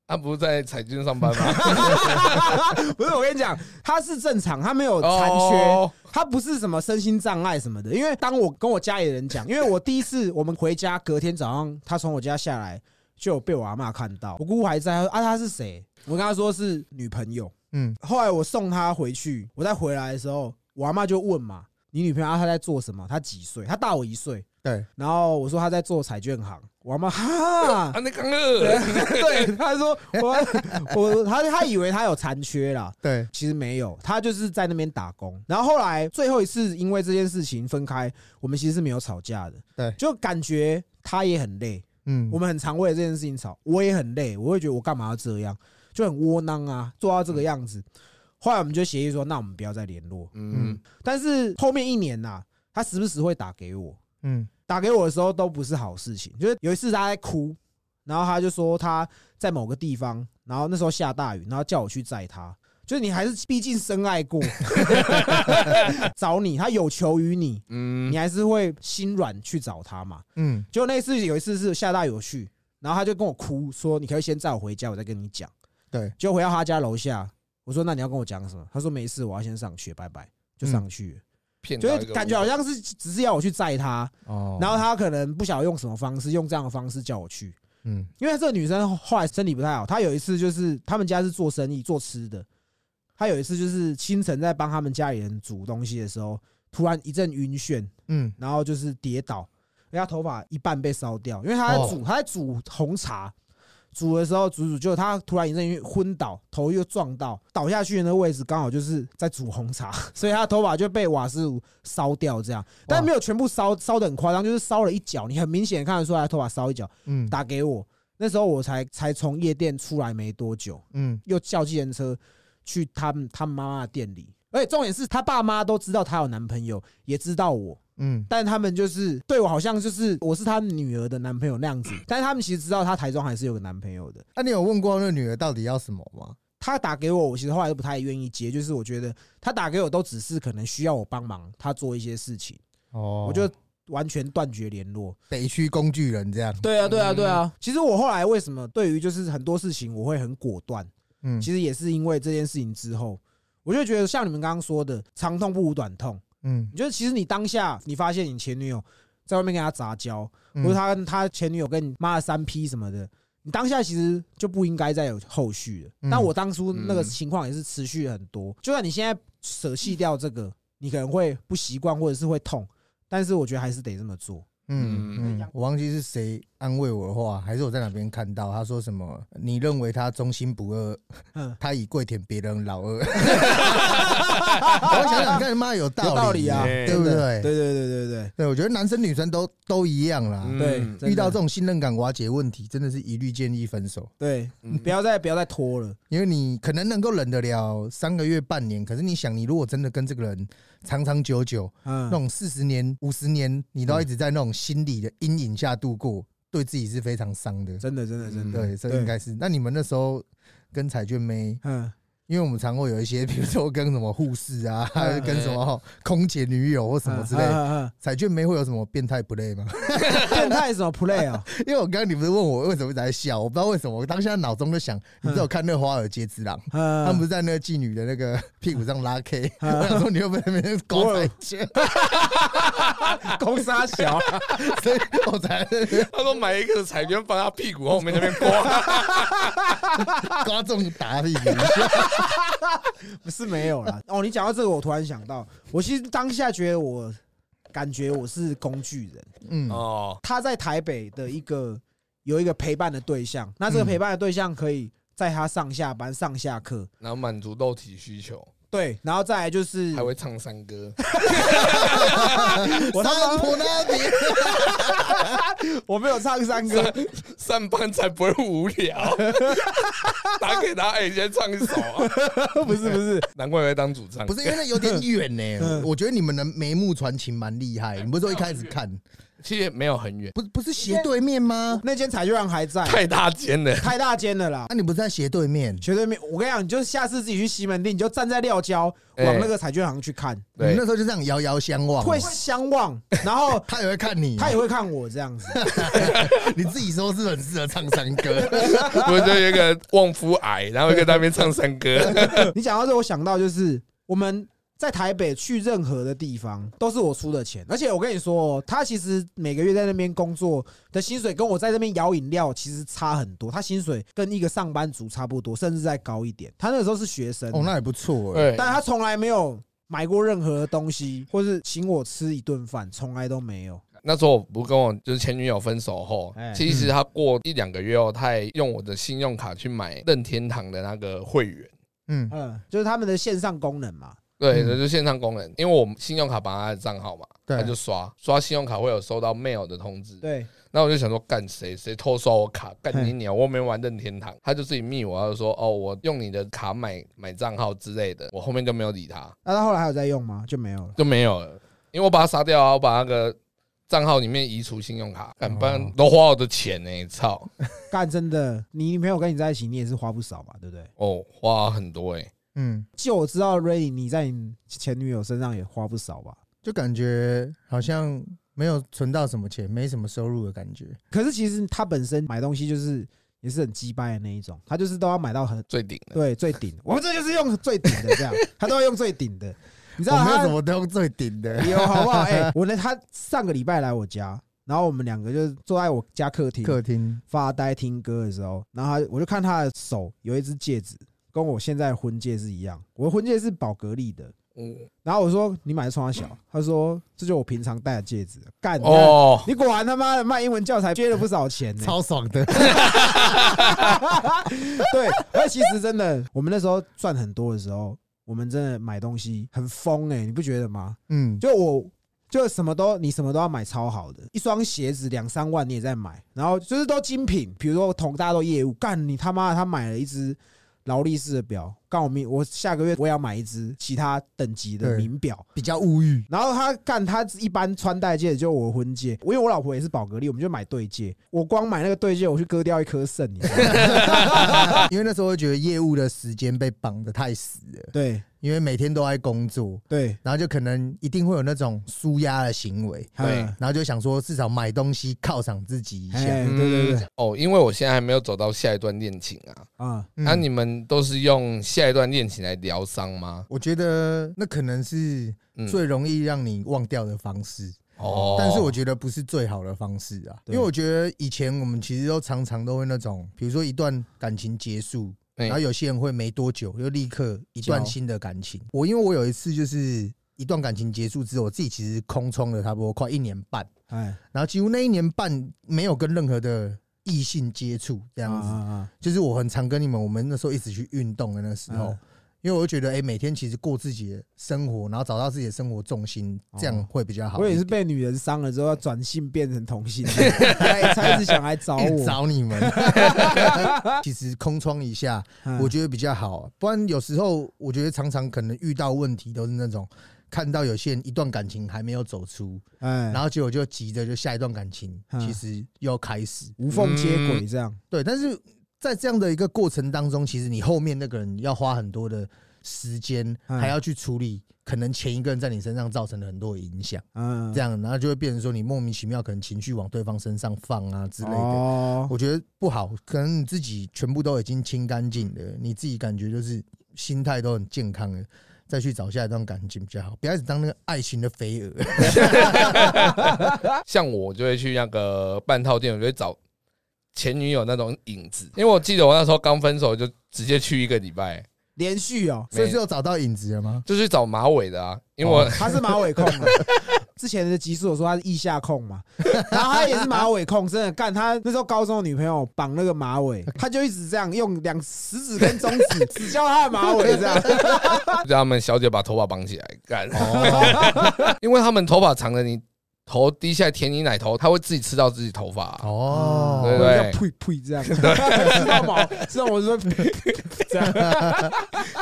S2: 他不是在彩金上班吗？
S1: 不是我跟你讲，他是正常，他没 有残缺。
S2: 哦，
S1: 他不是什么身心障碍什么的，因为当我跟我家里人讲，因为我第一次我们回家，隔天早上他从我家下来，就有被我阿妈看到，我姑姑还在，她说啊他是谁？我跟她说是女朋友。
S3: 嗯
S1: 后来我送她回去，我再回来的时候，我阿妈就问嘛，你女朋友啊她在做什么？她几岁？她大我一岁。
S3: 对，
S1: 然后我说她在做彩券行，我阿妈哈
S2: 啊，，那刚刚
S1: 对，她说我我她她以为她有残缺啦，
S3: 对，
S1: 其实没有，他就是在那边打工。然后后来最后一次因为这件事情分开，我们其实是没有吵架的。
S3: 对
S1: 就感觉他也很累，
S3: 嗯
S1: 我们很常为了这件事情吵，我也很累，我会觉得我干嘛要这样，就很窝囊啊，做到这个样子。后来我们就协议说，那我们不要再联络。
S2: 嗯，
S1: 但是后面一年呐、啊他时不时会打给我，
S3: 嗯
S1: 打给我的时候都不是好事情。就是有一次他在哭，然后他就说他在某个地方，然后那时候下大雨，然后叫我去载他。就是你还是毕竟深爱过， 找你，他有求于你，
S2: 嗯
S1: 你，还是会心软去找他嘛。
S3: 嗯
S1: 就那次有一次是下大雨我去，然后他就跟我哭说：“你可以先载我回家，我再跟你讲。”
S3: 对，
S1: 就回到他家楼下，我说：“那你要跟我讲什么？”他说：“没事，我要先上学，拜拜。”就上去了，
S2: 骗到
S1: 就
S2: 一
S1: 是
S2: 个
S1: 感觉好像是只是要我去载他，
S3: 哦
S1: 然后他可能不晓得用什么方式，用这样的方式叫我去。
S3: 嗯
S1: 因为这个女生后来身体不太好，她有一次就是他们家是做生意做吃的，她有一次就是清晨在帮他们家里人煮东西的时候，突然一阵晕眩，
S3: 嗯
S1: 然后就是跌倒，人家头发一半被烧掉，因为她在煮她在煮红茶，煮的时候煮煮就她突然一阵晕昏倒，头又撞到倒下去的那个位置刚好就是在煮红茶， 所以她的头发就被瓦斯炉烧掉这样，但没有全部烧烧的很夸张，就是烧了一角，你很明显看得出来她头发烧一角。
S3: 嗯
S1: 打给我，那时候我才才从夜店出来没多久，
S3: 嗯
S1: 又叫计程车去他们他们妈妈的店里。而且重点是他爸妈都知道她有男朋友，也知道我，
S3: 嗯
S1: 但他们就是对我好像就是我是他女儿的男朋友那 样子，但是他们其实知道她台中还是有个男朋友的。
S3: 那、你有问过那女儿到底要什么吗？
S1: 她打给我，我其实后来都不太愿意接，就是我觉得她打给我都只是可能需要我帮忙，她做一些事情，
S3: 哦
S1: 我就完全断绝联络。
S3: 北区工具人这样，
S1: 对啊，对啊，对啊。其实我后来为什么对于就是很多事情我会很果断，
S3: 嗯
S1: 其实也是因为这件事情之后，我就觉得像你们刚刚说的，长痛不如短痛。
S3: 嗯，
S1: 你觉得其实你当下你发现你前女友在外面跟他杂交，或者
S3: 嗯
S1: 他跟他前女友跟你妈的三 P 什么的，你当下其实就不应该再有后续了。
S3: 嗯
S1: 但我当初那个
S2: 嗯
S1: 情况也是持续了很多，就算你现在舍弃掉这个，你可能会不习惯或者是会痛，但是我觉得还是得这么做。
S3: 嗯嗯，我忘记是谁安慰我的话，还是我在哪边看到他说什么？你认为他忠心不二，
S1: 嗯，
S3: 他已跪舔别 人老二。我想想看，妈有道理，
S1: 有道理啊
S3: 对
S1: 真
S3: 不
S1: 的对对
S3: 对？
S1: 对对对
S3: 对，我觉得男生女生都都一样啦。
S2: 嗯
S1: 对，真的
S3: 遇到这种信任感瓦解问题，真的是一律建议分手，
S1: 对，
S2: 嗯
S1: 不要再不要再拖了。
S3: 因为你可能能够忍得了三个月、半年，可是你想，你如果真的跟这个人长长久久，那
S1: 嗯，
S3: 种四十年、五十年，你都要一直在那种心理的阴影下度
S1: 嗯
S3: 过，对自己是非常伤的。
S1: 真的真的真的，
S3: 对，这应该是。那你们那时候跟彩券妹，
S1: 嗯，
S3: 因为我们常会有一些，比 如说跟什么护士啊，
S1: 嗯
S3: 跟什么空姐女友或什么之类
S1: 嗯
S3: 的。
S1: 嗯嗯
S3: 彩券妹会有什么变态 play 吗？
S1: 嗯 变态什么 play 啊？
S3: 因为我刚刚你不是问我为什么一直在笑，我不知道为什么，我当下脑中就想，你知道我看那《华尔街之狼》，
S1: 嗯，
S3: 他们不是在那个妓女的那个屁股上拉 K，
S1: 嗯
S3: 我想说你会不会在那边搞彩券，
S1: 攻杀小，
S3: 所以我才 在那边
S2: 他说买一个彩券放他屁股后面那边 刮，
S3: 刮中打屁股。
S1: 不是没有 啦。哦，你讲到这个，我突然想到，我其实当下觉得我感觉我是工具人。
S3: 嗯
S2: 哦，
S1: 他在台北的一个有一个陪伴的对象，那这个
S3: 嗯
S1: 陪伴的对象可以在他上下班、上下课，
S2: 然后满足肉体需求，
S1: 嗯对，然后再来就是
S2: 还会唱山歌，
S1: 我他
S3: 三
S1: 妈
S3: 浦那边，
S1: 我没有唱山歌，
S2: 上班才不会无聊。 打给他，哎，你先唱一首啊，
S1: 不是不是，
S2: 难怪会当主唱
S3: 不。是因为那有点远呢、
S1: 嗯
S3: 我觉得你们的眉目传情蛮厉害。你不是说一开始看，
S2: 其实也没有很远，
S3: 不不是斜对面吗？啊
S1: 那间彩券行还 在，
S2: 太大间了。
S1: 太大间了啦。
S3: 那、你不是在斜对面？
S1: 绝对没，我跟你讲，你就下次自己去西门町，你就站在廖交
S2: 哎
S1: 往那个彩券行去看，
S3: 你
S2: 对
S3: 们那，时候就这样遥遥相望，
S1: 会相望，然后
S3: 他也会看你，
S1: 他也会看我这样子。
S3: 你自己说是很适合唱山歌，
S2: 我就有一个旺夫癌，然后一个在那边唱山歌。
S1: 你讲到这，我想到就是我们在台北去任何的地方都是我出的钱，而且我跟你说、哦，他其实每个月在那边工作的薪水跟我在那边摇饮料其实差很多，他薪水跟一个上班族差不多，甚至再高一点。他那时候是学生，啊
S3: 哦，那也不错哎、
S2: 对，
S1: 但他从来没有买过任何东西，或是请我吃一顿饭，从来都没有。
S2: 那时候我不跟我就是前女友分手后
S1: 哎，
S2: 其实他过一两个月后，他也用我的信用卡去买任天堂的那个会员，
S3: 嗯
S1: 嗯，就是他们的线上功能嘛。
S2: 对，
S3: 嗯
S2: 就是线上功能，因为我们信用卡绑他的账号嘛，
S3: 对
S2: 他就刷刷信用卡会有收到 mail 的通知，
S1: 对，
S2: 那我就想说干谁谁偷刷我卡，干你
S3: 嘿
S2: 鸟，我没玩任天堂，他就自己密我，他就说哦我用你的卡买买账号之类的，我后面就没有理他，
S1: 那他后来还有在用吗？就没有了。
S2: 就没有了，因为我把他杀掉啊，我把那个账号里面移除信用卡，干不
S3: 哦
S2: 然都花我的钱呢、操！
S1: 干真的，你女朋友跟你在一起，你也是花不少吧，对不对？
S2: 哦，花很多哎、
S3: 嗯，
S1: 就我知道 Ray，你在你前女友身上也花不少吧？
S3: 就感觉好像没有存到什么钱，没什么收入的感觉。
S1: 可是其实她本身买东西就是也是很鸡掰的那一种，她就是都要买到很
S2: 最顶的。
S1: 对最顶，我们这就是用最顶的这 样，她都要用最顶的，你知
S3: 我
S1: 道
S3: 没有什
S1: 她
S3: 么都用最顶的，
S1: 有好 不好？哎，我呢，她上个礼拜来我家，然后我们两个就坐在我家 客厅
S3: 客厅
S1: 发呆听歌的时候，然后她我就看她的手有一只戒指，跟我现在的婚戒是一样，我的婚戒是宝格丽的。
S2: 嗯，
S1: 然后我说你买的冲 小，她说这就我平常戴的戒指，干你看
S2: 哦，
S1: 你果然他妈的卖英文教 材接了不少钱呢、
S3: 超爽的，
S1: 对，而且其实真的，我们那时候赚很多的时候，我们真的买东西很疯哎、你不觉得吗？
S3: 嗯，
S1: 就我就什么都你什么都要买超好的，一双鞋子两三万你也在买，然后就是都精品，比如说同大家都业务，干你他妈的他买了一只。劳力士的表，干我明我下个月我也要买一只其他等级的
S3: 对
S1: 名表，
S3: 比较物欲，
S1: 然后他干他一般穿戴戒指就我婚戒，我因为我老婆也是宝格丽，我们就买对戒。我光买那个对戒，我去割掉一颗肾，你知道 吗
S3: 因为那时候会觉得业务的时间被绑得太死了，
S1: 对
S3: 因为每天都在工作，
S1: 对，
S3: 然后就可能一定会有那种舒压的行为，
S2: 对
S1: 嗯
S3: 然后就想说至少买东西犒赏自己一下。
S1: 哎对对对
S2: 嗯，哦，因为我现在还没有走到下一段恋情啊。
S1: 啊，
S2: 那、你们都是用下一段恋情来疗伤吗？
S3: 我觉得那可能是
S2: 嗯
S3: 最容易让你忘掉的方式，
S2: 哦
S3: 但是我觉得不是最好的方式啊。因
S1: 对
S3: 为我觉得以前我们其实都常常都会那种，比如说一段感情结束，
S2: 哎
S3: 然后有些人会没多久就立刻一段
S1: 交
S3: 新的感情。我因为我有一次就是一段感情结束之后，我自己其实空窗了差不多快一年半，
S1: 哎，
S3: 然后几乎那一年半没有跟任何的异性接触，
S1: 这
S3: 这样子。
S1: 啊
S3: 就是我很常跟你们，我们那时候一起去运动的那时候，
S1: 嗯
S3: 因为我就觉得，哎、每天其实过自己的生活，然后找到自己的生活重心，这样会比较好一
S1: 哦我
S3: 点。
S1: 也是被女人伤了之后，要转性变成同 性恋，才才一直想来找
S3: 一直
S1: 我。
S3: 找 你们，其实空窗一下，
S1: 嗯
S3: 我觉得比较好。不然有时候我觉得常常可能遇到问题都是那种。看到有些人一段感情还没有走出，
S1: 哎，
S3: 然后结果就急着就下一段感情，
S1: 嗯
S3: 其实又开始。
S1: 无缝接
S3: 嗯
S1: 轨这样。
S3: 对，但是在这样的一个过程当中，其实你后面那个人要花很多的时间，
S1: 嗯
S3: 还要去处理可能前一个人在你身上造成了很多的影响，
S1: 嗯，
S3: 这样，然后就会变成说你莫名其妙可能情绪往对方身上放啊之类的。
S1: 哦，
S3: 我觉得不好，可能你自己全部都已经清干净了，你自己感觉就是心态都很健康了，再去找下一段感情比较好，不要一直当那个爱情的飞蛾。
S2: 像我就会去那个半套店，我就会找前女友那种影子，因为我记得我那时候刚分手就直接去一个礼拜，
S1: 连续哦，
S3: 所以最后找到影子了吗？
S2: 就去找马尾的啊，因为我、
S1: 他是马尾控嘛。之前的集数我说他是腋下控 嘛，然后他也是马尾控，真的干他那时候高中的女朋友绑那个马尾，他就一直这样用两食指跟中指指教他的马尾 这样。
S2: 叫他们小姐把头发绑起来干， 因为他们头发长的，你头低下来舔你奶头，他会自己吃到自己头发、啊
S1: 嗯
S3: 哦，
S2: 对
S1: 这样呸呸 这样，知道毛，知道我是说呸这样，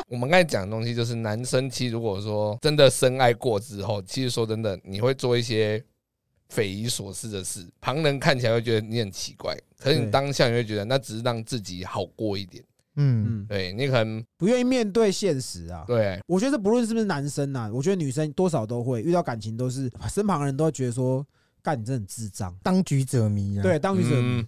S2: 我们刚才讲的东西就是男生，其实如果说真的深爱过之后，其实说真的，你会做一些匪夷所思的事，旁人看起来会觉得你很奇怪，可是你
S1: 对
S2: 当下你会觉得那只是让自己好过一点。
S1: 嗯，
S3: 嗯，
S2: 对你可能
S1: 不愿意面对现实啊。
S2: 对
S1: 我觉得不论是不是男生呐、我觉得女生多少都会遇到感情，都是身旁的人都会觉得说，干你真的很智障，
S3: 当局者迷啊。
S1: 对，当局者迷。
S2: 嗯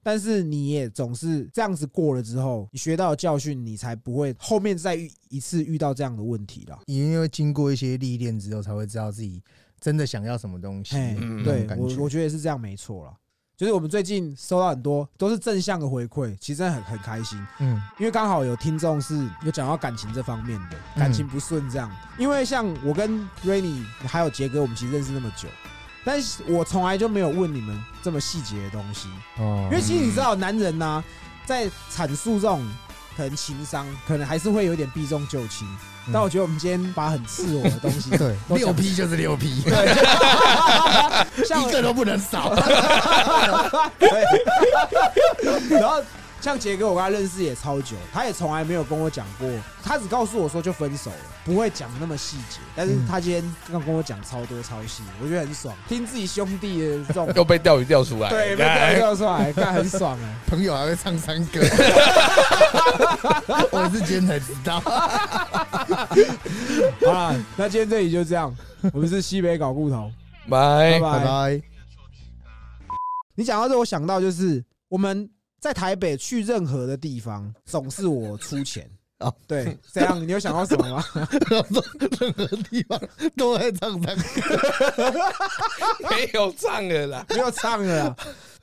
S1: 但是你也总是这样子过了之后，你学到的教训，你才不会后面再遇一次遇到这样的问题了。
S3: 也因为经过一些历练之后，才会知道自己真的想要什么东西。
S1: 嘿
S2: 嗯，
S1: 对
S3: 那种感
S1: 我
S3: 觉
S1: 我觉得也是这样，没错了。就是我们最近收到很多都是正向的回馈，其实真的很很开心。
S3: 嗯，
S1: 因为刚好有听众是有讲到感情这方面的，感情不顺这样。因为像我跟 Rainy 还有杰哥，我们其实认识那么久，但是我从来就没有问你们这么细节的东西。
S3: 哦
S1: 因为其实你知道，男人呐、在阐述这种可能情商，可能还是会有点避重就轻。
S3: 嗯，
S1: 但我觉得我们今天把很赤裸的东西
S3: 对
S1: 都
S3: 六
S1: 讲
S3: P 就是六 P，
S1: 像
S3: 一个都不能少。
S1: 然后像杰哥，我跟他认识也超久，他也从来没有跟我讲过，他只告诉我说就分手了，不会讲那么细节。但是他今天刚跟我讲超多超细，我觉得很爽，听自己兄弟的这 种
S2: 又被钓鱼钓出来，
S1: 对被
S2: 干
S1: 调教出来，看很爽哎、
S3: 朋友还会唱山歌， 我是今天才知道。
S1: 好啦，那今天这里就这样，我们是西北搞骨头，
S2: 哎拜
S1: 拜拜。
S3: 拜。
S1: 你讲到这，我想到就是我们在台北去任何的地方，总是我出钱。
S3: 哦
S1: 对，这样你有想到什么吗？
S3: 然后任何地方都会唱山歌。
S2: 没有唱了啦。
S1: 不要唱了啦。啊